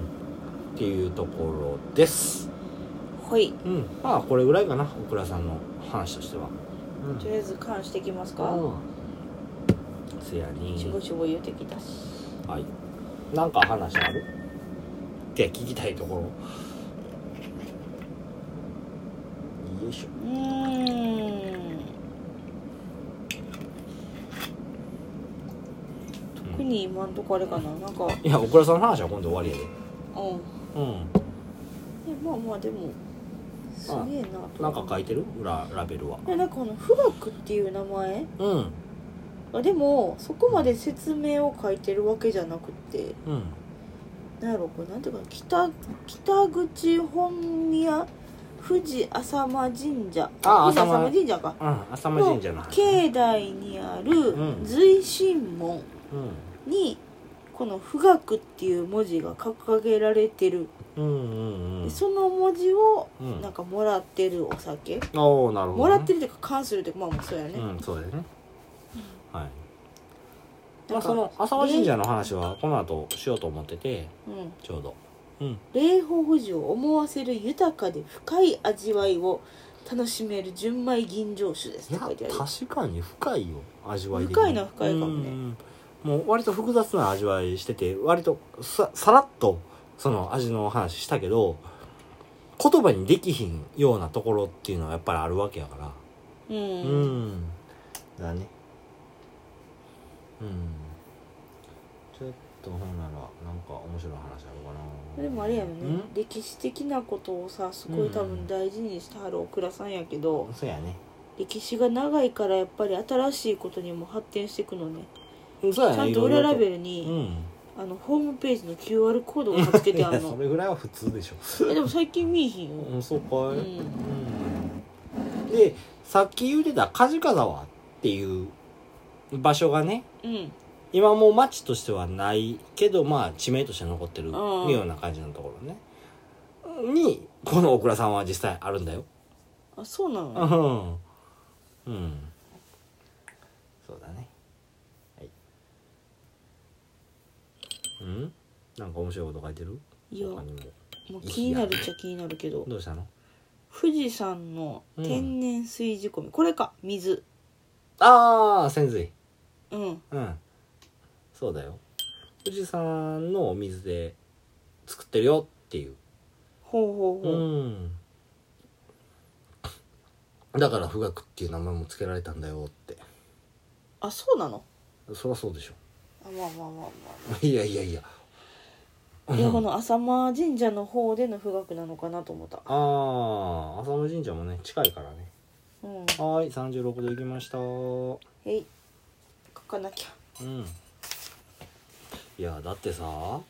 [SPEAKER 1] ていうところです。
[SPEAKER 2] ほい
[SPEAKER 1] うん。まあ、これぐらいかな。小倉さんの話としては。うん。
[SPEAKER 2] とりあえず缶してきますか
[SPEAKER 1] うんせやに。
[SPEAKER 2] しぼしぼ言うてきたし
[SPEAKER 1] はい。なんか話あるって聞きたいところ。よいし
[SPEAKER 2] うーん特に今んとこあれかななんかうん
[SPEAKER 1] ょ。いや、小倉さんの話は今度終わりやで。う
[SPEAKER 2] えまあまあでもすげえなと
[SPEAKER 1] ん。なんか書い
[SPEAKER 2] て
[SPEAKER 1] てる裏ラベルは。
[SPEAKER 2] なんかあの「富岳」っていう名前
[SPEAKER 1] うん。
[SPEAKER 2] あでもそこまで説明を書いてるわけじゃなくて
[SPEAKER 1] うん。
[SPEAKER 2] なんやろこれなんていうかな北北口本宮富士浅間神社
[SPEAKER 1] あ
[SPEAKER 2] 富士
[SPEAKER 1] 浅間
[SPEAKER 2] 浅間神社か
[SPEAKER 1] うん。浅間神社の話。
[SPEAKER 2] 境内にある
[SPEAKER 1] うん
[SPEAKER 2] 随神門
[SPEAKER 1] うん。
[SPEAKER 2] にこの「富岳」っていう文字が掲げられてる、
[SPEAKER 1] うんうんう
[SPEAKER 2] で
[SPEAKER 1] ん。
[SPEAKER 2] その文字を
[SPEAKER 1] うん
[SPEAKER 2] なんかもらってるお酒、
[SPEAKER 1] おおなるほど、ね。
[SPEAKER 2] もらってるというか関するというかまあまあそうやね、
[SPEAKER 1] うん、そうだよね。はい。ま
[SPEAKER 2] なん
[SPEAKER 1] あ、
[SPEAKER 2] か
[SPEAKER 1] その浅間神社の話はこの後しようと思ってて、
[SPEAKER 2] うん
[SPEAKER 1] ちょうど。うん。
[SPEAKER 2] 霊峰富士を思わせる豊かで深い味わいを楽しめる純米吟醸酒です
[SPEAKER 1] い
[SPEAKER 2] っ
[SPEAKER 1] や
[SPEAKER 2] て書いてある
[SPEAKER 1] 確かに深いよ味わい的に
[SPEAKER 2] 深いのは深いかもね
[SPEAKER 1] うんもう割と複雑な味わいしてて割とささらっとその味の話したけど言葉にできひんようなところっていうのはやっぱりあるわけやから
[SPEAKER 2] う、
[SPEAKER 1] うんだねうんちょっとほんならなんか面白い話あるかな
[SPEAKER 2] でもあれやろね、
[SPEAKER 1] うん
[SPEAKER 2] 歴史的なことをさすごい多分大事にしてはるお倉さんやけど、
[SPEAKER 1] そうやね
[SPEAKER 2] 歴史が長いからやっぱり新しいことにも発展していくのね
[SPEAKER 1] そうやね
[SPEAKER 2] ちゃんと裏ラ
[SPEAKER 1] ル
[SPEAKER 2] ベル
[SPEAKER 1] う
[SPEAKER 2] に、
[SPEAKER 1] ん
[SPEAKER 2] あのホームページの QR コードが貼っつけ
[SPEAKER 1] い
[SPEAKER 2] てあ
[SPEAKER 1] や
[SPEAKER 2] る
[SPEAKER 1] そ
[SPEAKER 2] の
[SPEAKER 1] れぐらいは普通でしょ
[SPEAKER 2] えでも最近見えひんよ、
[SPEAKER 1] うんそうかい、
[SPEAKER 2] うん、
[SPEAKER 1] うんでさっき言うてた梶川沢っていう場所がね
[SPEAKER 2] うん
[SPEAKER 1] 今もう町としてはないけどまあ地名として残ってる
[SPEAKER 2] うん
[SPEAKER 1] ような感じのところねにこの大倉さんは実際あるんだよ
[SPEAKER 2] あそうなの、
[SPEAKER 1] うんうんそうだねはいうんなんか面白いこと書いてる
[SPEAKER 2] いや
[SPEAKER 1] 他にも
[SPEAKER 2] もう気になるっちゃ気になるけど
[SPEAKER 1] どうしたの
[SPEAKER 2] 富士山の天然水仕込み、これか水
[SPEAKER 1] ああ潜水
[SPEAKER 2] うん
[SPEAKER 1] うんそうだよ富士山のお水で作ってるよっていう
[SPEAKER 2] ほうほうほう、
[SPEAKER 1] んだから富岳っていう名前も付けられたんだよって
[SPEAKER 2] あそうなの
[SPEAKER 1] そりゃそうでしょ
[SPEAKER 2] あまあまあまあ ま
[SPEAKER 1] いやいやいや
[SPEAKER 2] あいやこの浅間神社の方での富岳なのかなと思った
[SPEAKER 1] ああ浅間神社もね近いからね
[SPEAKER 2] うん
[SPEAKER 1] はーい36度行きました
[SPEAKER 2] えい書かなきゃ
[SPEAKER 1] うんいやだってさあの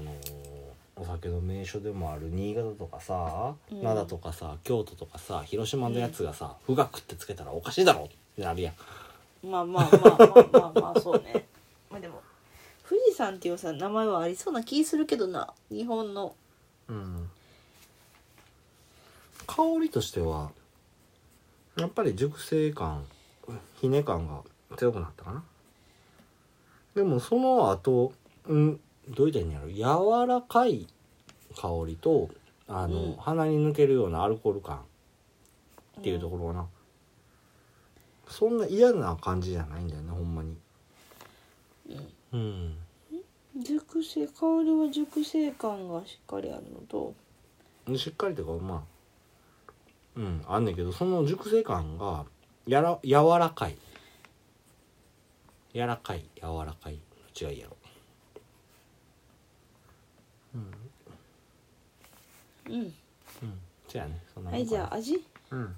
[SPEAKER 1] ーお酒の名所でもある新潟とかさ、
[SPEAKER 2] うん
[SPEAKER 1] 灘とかさ京都とかさ広島のやつがさ「富岳」ってつけたらおかしいだろってなるやん
[SPEAKER 2] まあまあまあまあまあまあそうねまあでも富士山っていうさ名前はありそうな気するけどな日本の
[SPEAKER 1] うん香りとしてはやっぱり熟成感ひね感が強くなったかなでもその後うんどういったらいいんやろ柔らかい香りとあの、
[SPEAKER 2] うん
[SPEAKER 1] 鼻に抜けるようなアルコール感っていうところかな、そんな嫌な感じじゃないんだよねほんまにうん
[SPEAKER 2] 熟成香りは熟成感がしっかりあるのと
[SPEAKER 1] しっかりというかまあうんあんねんけどその熟成感がやら柔らかい柔らかい柔らかいの違いやろ
[SPEAKER 2] うん
[SPEAKER 1] うんそやねそんなも
[SPEAKER 2] は
[SPEAKER 1] ん
[SPEAKER 2] いじ
[SPEAKER 1] かな
[SPEAKER 2] ゃあ味
[SPEAKER 1] うん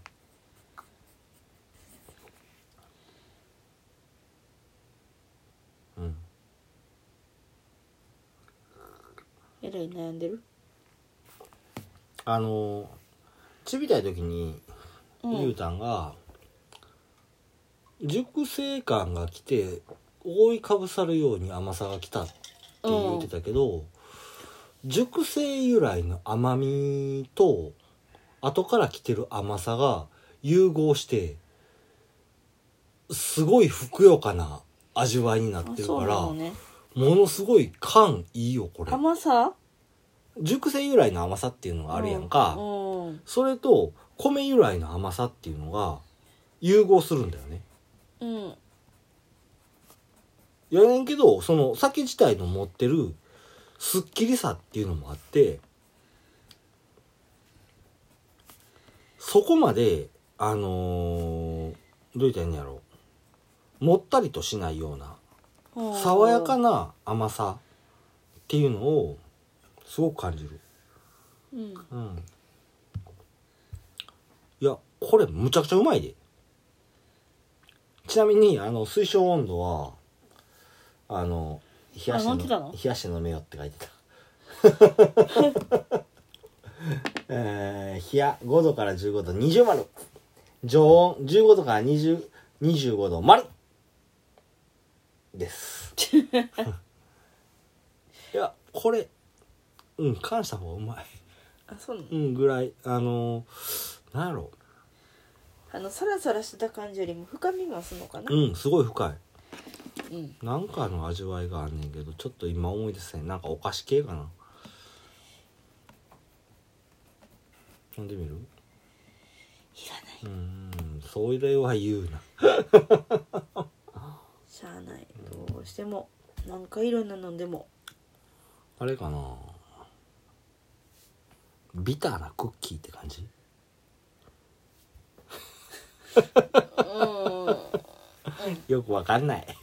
[SPEAKER 1] うん
[SPEAKER 2] えらい悩んでる
[SPEAKER 1] あのちびたい時に
[SPEAKER 2] う
[SPEAKER 1] ゆうんたんが、熟成感が来て覆いかぶさるように甘さが来たって言ってたけど、熟成由来の甘みと後から来てる甘さが融合してすごいふくよかな味わいになって
[SPEAKER 2] あ
[SPEAKER 1] るか
[SPEAKER 2] そう
[SPEAKER 1] ら
[SPEAKER 2] な、のね
[SPEAKER 1] ものすごい感いいよこれ
[SPEAKER 2] 甘さ
[SPEAKER 1] 熟成由来の甘さっていうのがあるやんか、
[SPEAKER 2] うんうん
[SPEAKER 1] それと米由来の甘さっていうのが融合するんだよね
[SPEAKER 2] うん
[SPEAKER 1] やねんけどその酒自体の持ってるすっきりさっていうのもあってそこまであのーどう言ったらいいんやろもったりとしないような
[SPEAKER 2] うん
[SPEAKER 1] 爽やかな甘さっていうのをすごく感じる
[SPEAKER 2] うん
[SPEAKER 1] うんいやこれむちゃくちゃうまいでちなみにあの推奨温度はあの冷やして
[SPEAKER 2] あ飲んでたの
[SPEAKER 1] 冷やして飲めよって書いてた えー、冷や5度から15度20丸常温15度から20 25度丸です いやこれうん感した方がうまい
[SPEAKER 2] あそうなの
[SPEAKER 1] うんぐらいあのー、なんやろ
[SPEAKER 2] あのサラサラした感じよりも深みますのかな
[SPEAKER 1] うんすごい深い
[SPEAKER 2] うん
[SPEAKER 1] なんかの味わいがあんねんけどちょっと今思い出せないなんかお菓子系かな飲んでみる
[SPEAKER 2] いらないう
[SPEAKER 1] ーんそれは言うな
[SPEAKER 2] しゃあないどうしてもなんかいろんなのでも
[SPEAKER 1] あれかなビターなクッキーって感じ
[SPEAKER 2] うんは
[SPEAKER 1] よくわかんない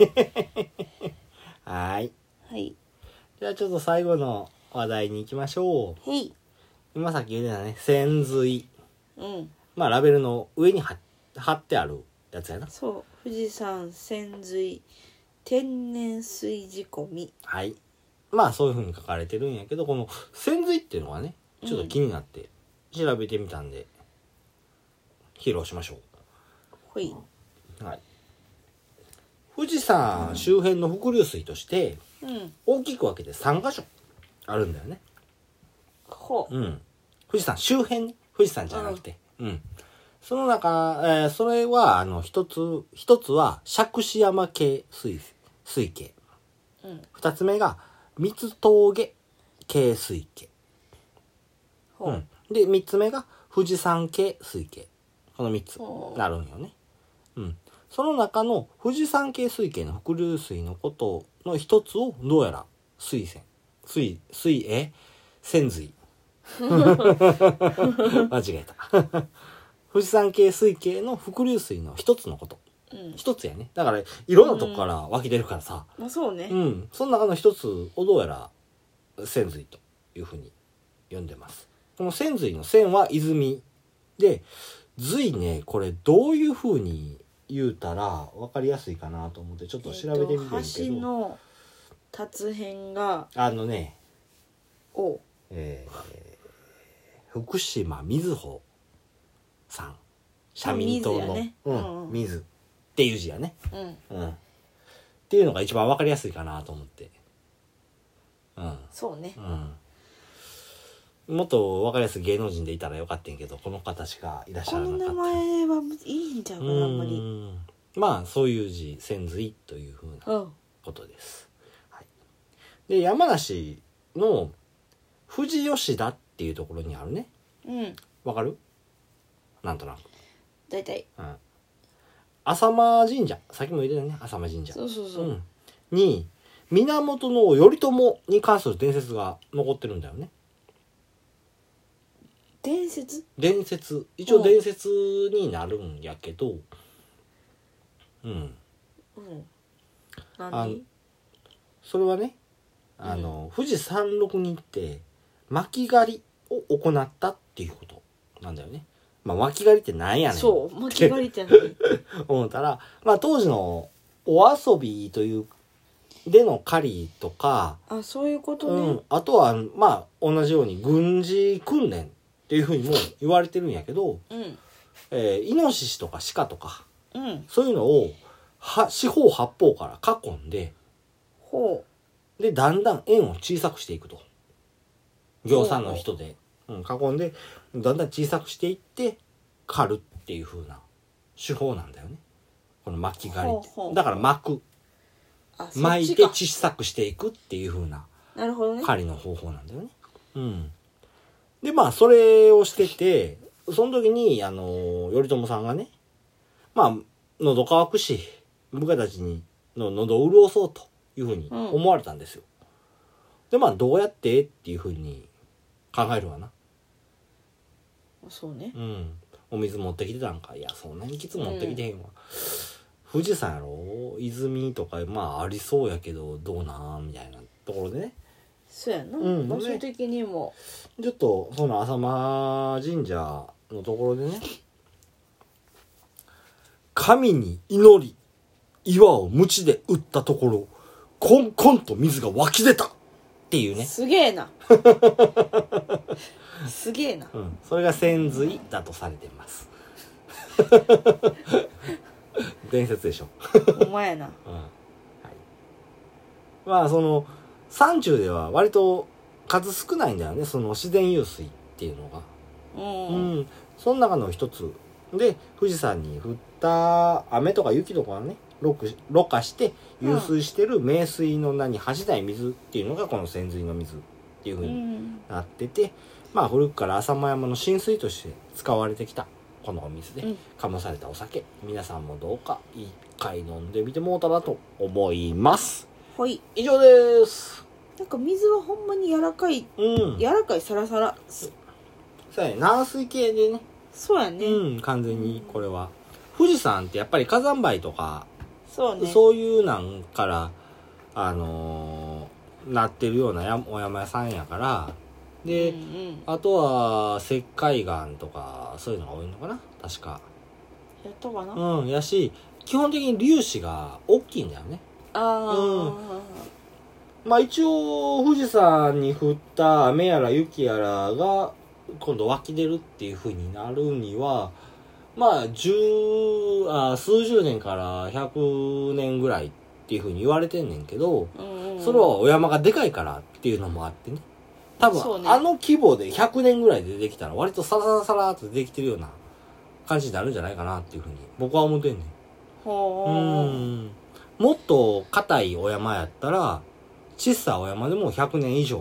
[SPEAKER 1] はーい
[SPEAKER 2] い
[SPEAKER 1] じゃあちょっと最後の話題に行きましょう
[SPEAKER 2] へい
[SPEAKER 1] 今さっき言ってたね潜水
[SPEAKER 2] うん
[SPEAKER 1] まあラベルの上に貼っ貼ってあるやつやな
[SPEAKER 2] そう富士山潜水天然水仕込み
[SPEAKER 1] はいまあそういう風に書かれてるんやけどこの潜水っていうのがねちょっと気になって調べてみたんで、披露しましょ
[SPEAKER 2] ほいう
[SPEAKER 1] はい富士山周辺の伏流水として
[SPEAKER 2] うん
[SPEAKER 1] 大きく分けて3箇所あるんだよね
[SPEAKER 2] ほう
[SPEAKER 1] うん富士山周辺ね富士山じゃなくてうん、その中、えーそれはあの一つ一つは釈子山系水水系
[SPEAKER 2] うん
[SPEAKER 1] 二つ目が三つ峠系水系、
[SPEAKER 2] ほう、
[SPEAKER 1] うんで三つ目が富士山系水系この三つ
[SPEAKER 2] ほう
[SPEAKER 1] なるんよね、うん、その中の富士山系水系の伏流水のことの一つをどうやら水泉水水え泉水 間違えた 富士山系水系の伏流水の一つのこと
[SPEAKER 2] うん
[SPEAKER 1] 一つやねだからいろんなとこから湧き出るからさ、
[SPEAKER 2] まあそうね
[SPEAKER 1] うん、その中の一つをどうやら泉水というふうに呼んでます。この泉水の泉は泉で、随ね、これどういうふうに言うたら分かりやすいかなと思ってちょっと調べてみてるけ
[SPEAKER 2] えーと橋
[SPEAKER 1] ど、
[SPEAKER 2] の達編が
[SPEAKER 1] あのね、
[SPEAKER 2] 「お」
[SPEAKER 1] えー福島みずほさん、社民党の、
[SPEAKER 2] 水やね
[SPEAKER 1] う
[SPEAKER 2] うん
[SPEAKER 1] ん、水っていう字やね。
[SPEAKER 2] うん、
[SPEAKER 1] うん、っていうのが一番わかりやすいかなと思ってうん
[SPEAKER 2] そうね
[SPEAKER 1] うんもっとわかりやすい芸能人でいたらよかったんやけどこの方しかいらっし
[SPEAKER 2] こ
[SPEAKER 1] ゃらな
[SPEAKER 2] の
[SPEAKER 1] かった
[SPEAKER 2] 名前はいいんちゃうかなあんまり
[SPEAKER 1] うんまあそういう字千髄というふうな
[SPEAKER 2] うん
[SPEAKER 1] ことです、はい、で山梨の富士吉田っていうところにあるね
[SPEAKER 2] うん
[SPEAKER 1] わかるなんとなく、
[SPEAKER 2] 大体
[SPEAKER 1] うん、浅間神社さっきも言ってたね浅間神社
[SPEAKER 2] そうそうそう、
[SPEAKER 1] うん、に源の頼朝に関する伝説が残ってるんだよね
[SPEAKER 2] 伝説
[SPEAKER 1] 伝説一応伝説になるんやけどうん
[SPEAKER 2] うん
[SPEAKER 1] あの
[SPEAKER 2] 何
[SPEAKER 1] それはねあの、富士山麓に行って巻き狩りを行ったっていうことなんだよねまあ巻き狩りってなんやねん
[SPEAKER 2] そう巻き狩りって何
[SPEAKER 1] 思ったら、まあ、当時のお遊びというでの狩りとか
[SPEAKER 2] あそういうこと
[SPEAKER 1] う
[SPEAKER 2] ね
[SPEAKER 1] ん、あとはまあ同じように軍事訓練ってっていうふうにも言われてるんやけど、
[SPEAKER 2] うん
[SPEAKER 1] えーイノシシとかシカとか
[SPEAKER 2] うん
[SPEAKER 1] そういうのをは四方八方から囲んで
[SPEAKER 2] ほ
[SPEAKER 1] でだんだん円を小さくしていくと行さんの人で、うん、囲んでだんだん小さくしていって狩るっていう風な手法なんだよねこの巻き狩りって
[SPEAKER 2] ほうほう
[SPEAKER 1] だから巻く
[SPEAKER 2] うあそっ
[SPEAKER 1] 巻
[SPEAKER 2] ち
[SPEAKER 1] いて
[SPEAKER 2] か
[SPEAKER 1] 小さくしていくっていう風な
[SPEAKER 2] なるほどね
[SPEAKER 1] 狩りの方法なんだよね。うん。で、まあ、それをしてて、その時に、あの、頼朝さんがね、まあ、喉乾くし、部下たちにの喉を潤そうというふうに
[SPEAKER 2] うん
[SPEAKER 1] 思われたんですよ。で、まあ、どうやってっていうふうに考えるわな。
[SPEAKER 2] そうね
[SPEAKER 1] うん。お水持ってきてたんか。いや、そんなにきつ持ってきてへんわ。富士山やろ泉とか、まあ、ありそうやけど、どうなんみたいなところでね。
[SPEAKER 2] そうやな、
[SPEAKER 1] うん
[SPEAKER 2] 場所的にも
[SPEAKER 1] ちょっとその浅間神社のところでね神に祈り岩を鞭で打ったところコンコンと水が湧き出たっていうね、
[SPEAKER 2] すげえ なすげえな
[SPEAKER 1] うん、それが千髄だとされてます 伝説でしょ、
[SPEAKER 2] お前やな
[SPEAKER 1] うんはい、まあその山中では割と数少ないんだよねその自然湧水っていうのが。
[SPEAKER 2] うん、
[SPEAKER 1] うん、その中の一つで富士山に降った雨とか雪とかがねろくろ過して
[SPEAKER 2] うん
[SPEAKER 1] 湧水してる名水の名に恥じない水っていうのがこの泉水の水っていうふ
[SPEAKER 2] う
[SPEAKER 1] うに
[SPEAKER 2] ん、
[SPEAKER 1] なってて、まあ古くから浅間山の神水として使われてきたこのお水で
[SPEAKER 2] うん
[SPEAKER 1] 醸されたお酒皆さんもどうか一回飲んでみてもうたらと思います
[SPEAKER 2] ほい
[SPEAKER 1] 以上です
[SPEAKER 2] なんか水はほんまに柔らかい
[SPEAKER 1] うん
[SPEAKER 2] 柔らかいサラサラそ
[SPEAKER 1] そうやね軟水系でね
[SPEAKER 2] そうやね、
[SPEAKER 1] うん完全にこれは富士山ってやっぱり火山灰とか
[SPEAKER 2] そうね
[SPEAKER 1] そういうなんから、あのーなってるようなやお山さんやから、で、
[SPEAKER 2] うんうん、や
[SPEAKER 1] あとは石灰岩とか、そういうのが多いのかな確か。
[SPEAKER 2] ったかな、あ
[SPEAKER 1] うん、やし、基本的に粒子が大きいんだよね。
[SPEAKER 2] あー、
[SPEAKER 1] まあ一応、富士山に降った雨やら雪やらが、今度湧き出るっていう風になるには、まあ、十、あ数十年から百年ぐらいっていう風に言われてんねんけど、
[SPEAKER 2] うんうん、
[SPEAKER 1] それはお山がでかいからっていうのもあってね多
[SPEAKER 2] そう
[SPEAKER 1] 分、
[SPEAKER 2] ね
[SPEAKER 1] あの規模で100年ぐらいでできたら割とサラサラサラっとできてるような感じになるんじゃないかなっていうふうに僕は思ってんねん
[SPEAKER 2] ほ
[SPEAKER 1] う
[SPEAKER 2] うん
[SPEAKER 1] もっと硬いお山やったら小さいお山でも100年以上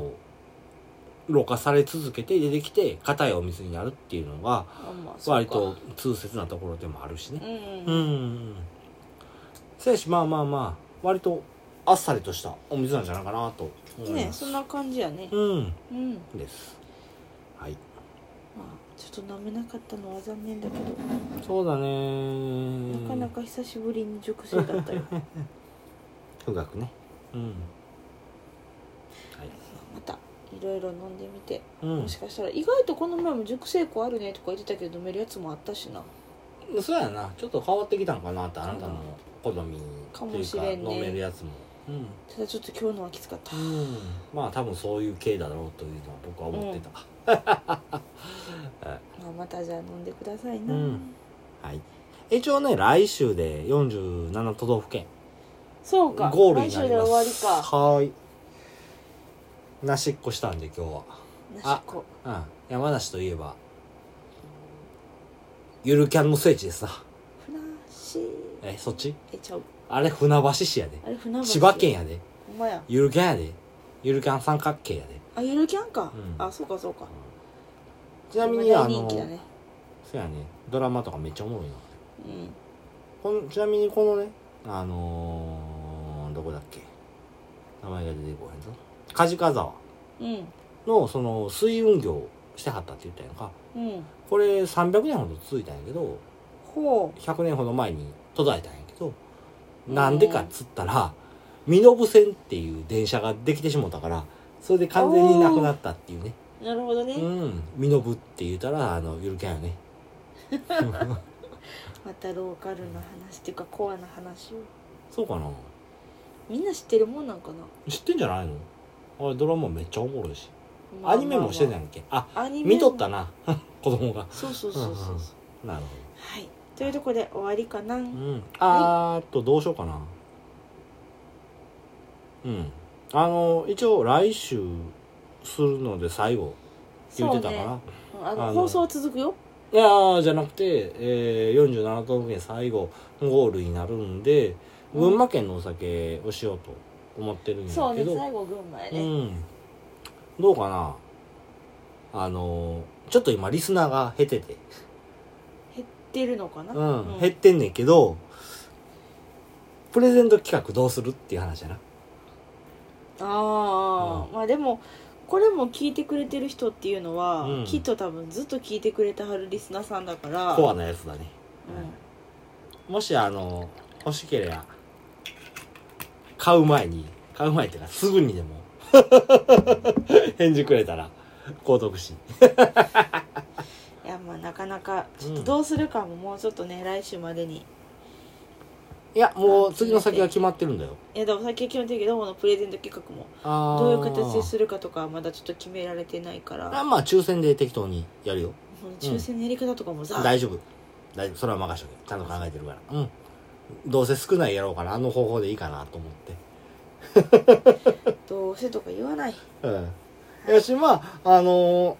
[SPEAKER 1] ろ過され続けて出てきて硬いお水になるっていうのが
[SPEAKER 2] あまあそうか
[SPEAKER 1] 割と通説なところでもあるしね
[SPEAKER 2] うんうん、
[SPEAKER 1] うんうんせやしまあまあまあ割とあっさりとしたお水なんじゃないかなと思い
[SPEAKER 2] ね
[SPEAKER 1] ます、
[SPEAKER 2] そんな感じやね
[SPEAKER 1] うん
[SPEAKER 2] うん
[SPEAKER 1] ですはい
[SPEAKER 2] まあちょっと飲めなかったのは残念だけど、
[SPEAKER 1] そうだね
[SPEAKER 2] なかなか久しぶりに熟成だ ったよま
[SPEAKER 1] 富岳ねうんはい
[SPEAKER 2] たいろいろ飲んでみて、
[SPEAKER 1] うん
[SPEAKER 2] もしかしたら意外とこの前も熟成庫あるねとか言ってたけど飲めるやつもあったしな
[SPEAKER 1] そうやなちょっと変わってきたんかなってあなたの好み
[SPEAKER 2] か
[SPEAKER 1] とい
[SPEAKER 2] も
[SPEAKER 1] う
[SPEAKER 2] し
[SPEAKER 1] か
[SPEAKER 2] れんね
[SPEAKER 1] 飲めるやつもうん
[SPEAKER 2] ただちょっと今日のはきつかった
[SPEAKER 1] うんまあ多分そういう系だろうというのは僕は思ってた、
[SPEAKER 2] まあ、またじゃあ飲んでくださいな、
[SPEAKER 1] うんはい一応ね来週で47都道府県
[SPEAKER 2] そうか
[SPEAKER 1] ゴールにな
[SPEAKER 2] 来週
[SPEAKER 1] り
[SPEAKER 2] で
[SPEAKER 1] ます
[SPEAKER 2] 終わりか
[SPEAKER 1] はーいなしっこしたんで今日
[SPEAKER 2] なしっこ
[SPEAKER 1] は、うん、山梨といえばゆるキャンの聖地ですな
[SPEAKER 2] 船橋
[SPEAKER 1] えそっち
[SPEAKER 2] えちゃう
[SPEAKER 1] あれ船橋市やで
[SPEAKER 2] あれ船橋
[SPEAKER 1] 千葉県やで
[SPEAKER 2] ほんまや
[SPEAKER 1] ゆるキャンやでゆるキャン三角形やで
[SPEAKER 2] あゆるキャンか、
[SPEAKER 1] うん
[SPEAKER 2] あそうかそうか
[SPEAKER 1] ちなみにあ
[SPEAKER 2] 大人
[SPEAKER 1] の
[SPEAKER 2] 気だね
[SPEAKER 1] そうやねドラマとかめっちゃおもろいな
[SPEAKER 2] うん
[SPEAKER 1] こんちなみにこのねあのー、どこだっけ名前が出てこへんぞ梶川沢
[SPEAKER 2] うん
[SPEAKER 1] のその水運業してはったって言ったやんか
[SPEAKER 2] うん
[SPEAKER 1] これ300年ほど続いたんやけど
[SPEAKER 2] ほ
[SPEAKER 1] 100年ほど前に途絶えたんやけどなんでかっつったら身延線っていう電車ができてしもたからそれで完全になくなったっていうね
[SPEAKER 2] うなるほどね、
[SPEAKER 1] うん身延って言うたらあのゆるキャンよね
[SPEAKER 2] またローカルな話っていうかコアな話を
[SPEAKER 1] そうかな
[SPEAKER 2] みんな知ってるもんなんかな
[SPEAKER 1] 知ってんじゃないのあれドラマめっちゃおもろいし
[SPEAKER 2] まあ
[SPEAKER 1] アニメもしてないんけあ
[SPEAKER 2] アニメも
[SPEAKER 1] 見とったな 子供が
[SPEAKER 2] そうそうそうそうそう
[SPEAKER 1] なるほ
[SPEAKER 2] はいというところで終わりかな
[SPEAKER 1] ど、うん、あーっとどうしようかなうんあの一応来週するので最後言ってたかな、
[SPEAKER 2] うんあの
[SPEAKER 1] あの
[SPEAKER 2] 放送は続くよ
[SPEAKER 1] いやーじゃなくて、えー、47都道府県最後ゴールになるんで
[SPEAKER 2] うん
[SPEAKER 1] 群馬県のお酒をしようと思ってるんや
[SPEAKER 2] そう
[SPEAKER 1] け
[SPEAKER 2] ね
[SPEAKER 1] ど、
[SPEAKER 2] 最後群馬や
[SPEAKER 1] う
[SPEAKER 2] ね、
[SPEAKER 1] んどうかなあのーちょっと今リスナーが減ってて、
[SPEAKER 2] 減ってるのかな、
[SPEAKER 1] うん
[SPEAKER 2] うん
[SPEAKER 1] 減ってんねんけどプレゼント企画どうするっていう話やな
[SPEAKER 2] ああ、
[SPEAKER 1] うん
[SPEAKER 2] まあでもこれも聞いてくれてる人っていうのは、
[SPEAKER 1] うん
[SPEAKER 2] きっと多分ずっと聞いてくれてはるリスナーさんだから
[SPEAKER 1] コアなやつだね
[SPEAKER 2] う
[SPEAKER 1] もしあの欲しければ買う前に買う前っていうかすぐにでも 返事くれたら購読し
[SPEAKER 2] ん、いやまあなかなかちょっとどうするかももうちょっとね来週までに
[SPEAKER 1] いやもう次の先が決まってるんだよ
[SPEAKER 2] いやでも先は決めてるけどこのプレゼント企画も
[SPEAKER 1] あー
[SPEAKER 2] どういう形でするかとかはまだちょっと決められてないから
[SPEAKER 1] あまあ抽選で適当にやるよ
[SPEAKER 2] もう抽選のやり方とかもさ、
[SPEAKER 1] 大丈夫大丈夫それは任しとけちゃんと考えてるからうんどうせ少ないやろうからあの方法でいいかなと思って
[SPEAKER 2] どうせとか言わない
[SPEAKER 1] うんよしまああの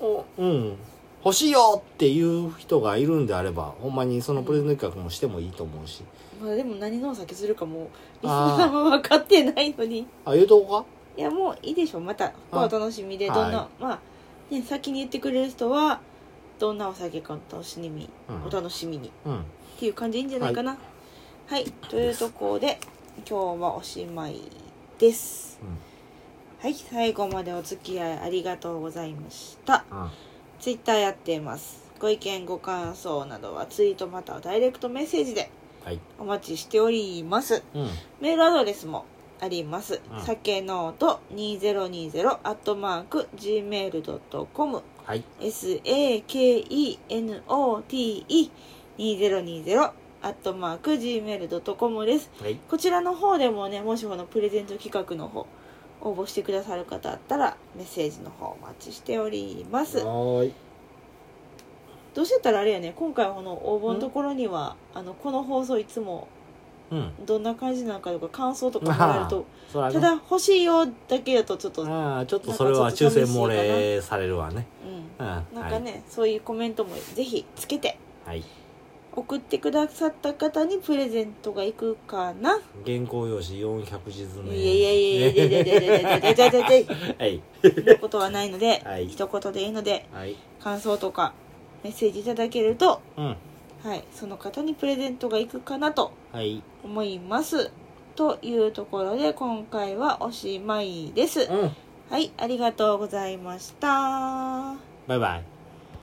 [SPEAKER 1] ーおうん欲しいよっていう人がいるんであればほんまにそのプレゼント企画もしてもいいと思うし
[SPEAKER 2] まあでも何のお酒するかもリスナーも分かってないのに
[SPEAKER 1] あ言うとこ
[SPEAKER 2] いやもういいでしょまたここはお楽しみで
[SPEAKER 1] は
[SPEAKER 2] ど
[SPEAKER 1] い
[SPEAKER 2] んな、まあね先に言ってくれる人はどんなお酒かお楽しみに、
[SPEAKER 1] うん
[SPEAKER 2] お楽しみにっ
[SPEAKER 1] かうん
[SPEAKER 2] ていう感じでいいんじゃないかなはい、というところで今日はおしまいですはい最後までお付き合いありがとうございました
[SPEAKER 1] うんうん
[SPEAKER 2] ツイッターやってますご意見ご感想などはツイートまたはダイレクトメッセージで
[SPEAKER 1] はい
[SPEAKER 2] お待ちしております
[SPEAKER 1] うん
[SPEAKER 2] メールアドレスもあります。
[SPEAKER 1] うん
[SPEAKER 2] さけのうと2020アットマーク gmail.com
[SPEAKER 1] はい
[SPEAKER 2] sakenote2020 アットマーク gmail.com です。
[SPEAKER 1] はい
[SPEAKER 2] こちらの方でもね、もしこのプレゼント企画の方、応募してくださる方あったら、メッセージの方お待ちしております。
[SPEAKER 1] はーい
[SPEAKER 2] どうしてたらあれやね、今回はこの応募のところには、あの、この放送いつも
[SPEAKER 1] うん
[SPEAKER 2] どんな感じなのかとか感想とかもらえると、
[SPEAKER 1] それはね
[SPEAKER 2] ただ欲しいよだけだとちょっと、うん、
[SPEAKER 1] あーちょっとそれは抽選漏れされるわねうん
[SPEAKER 2] なんかね、そういうコメントもぜひつけて
[SPEAKER 1] はい、はい、
[SPEAKER 2] 送ってくださった方にプレゼントがいくかな、
[SPEAKER 1] 原稿用紙400字詰め
[SPEAKER 2] いやいやいやいやいやいやいやいやいやいやいやいや
[SPEAKER 1] はい
[SPEAKER 2] そんなことはないので、
[SPEAKER 1] はい
[SPEAKER 2] 一言でいいので
[SPEAKER 1] はい
[SPEAKER 2] 感想とかメッセージいただけると、
[SPEAKER 1] うん
[SPEAKER 2] はい、その方にプレゼントがいくかなと
[SPEAKER 1] はい
[SPEAKER 2] 思いますというところで今回はおしまいです、
[SPEAKER 1] うん
[SPEAKER 2] はいありがとうございました
[SPEAKER 1] バイバイ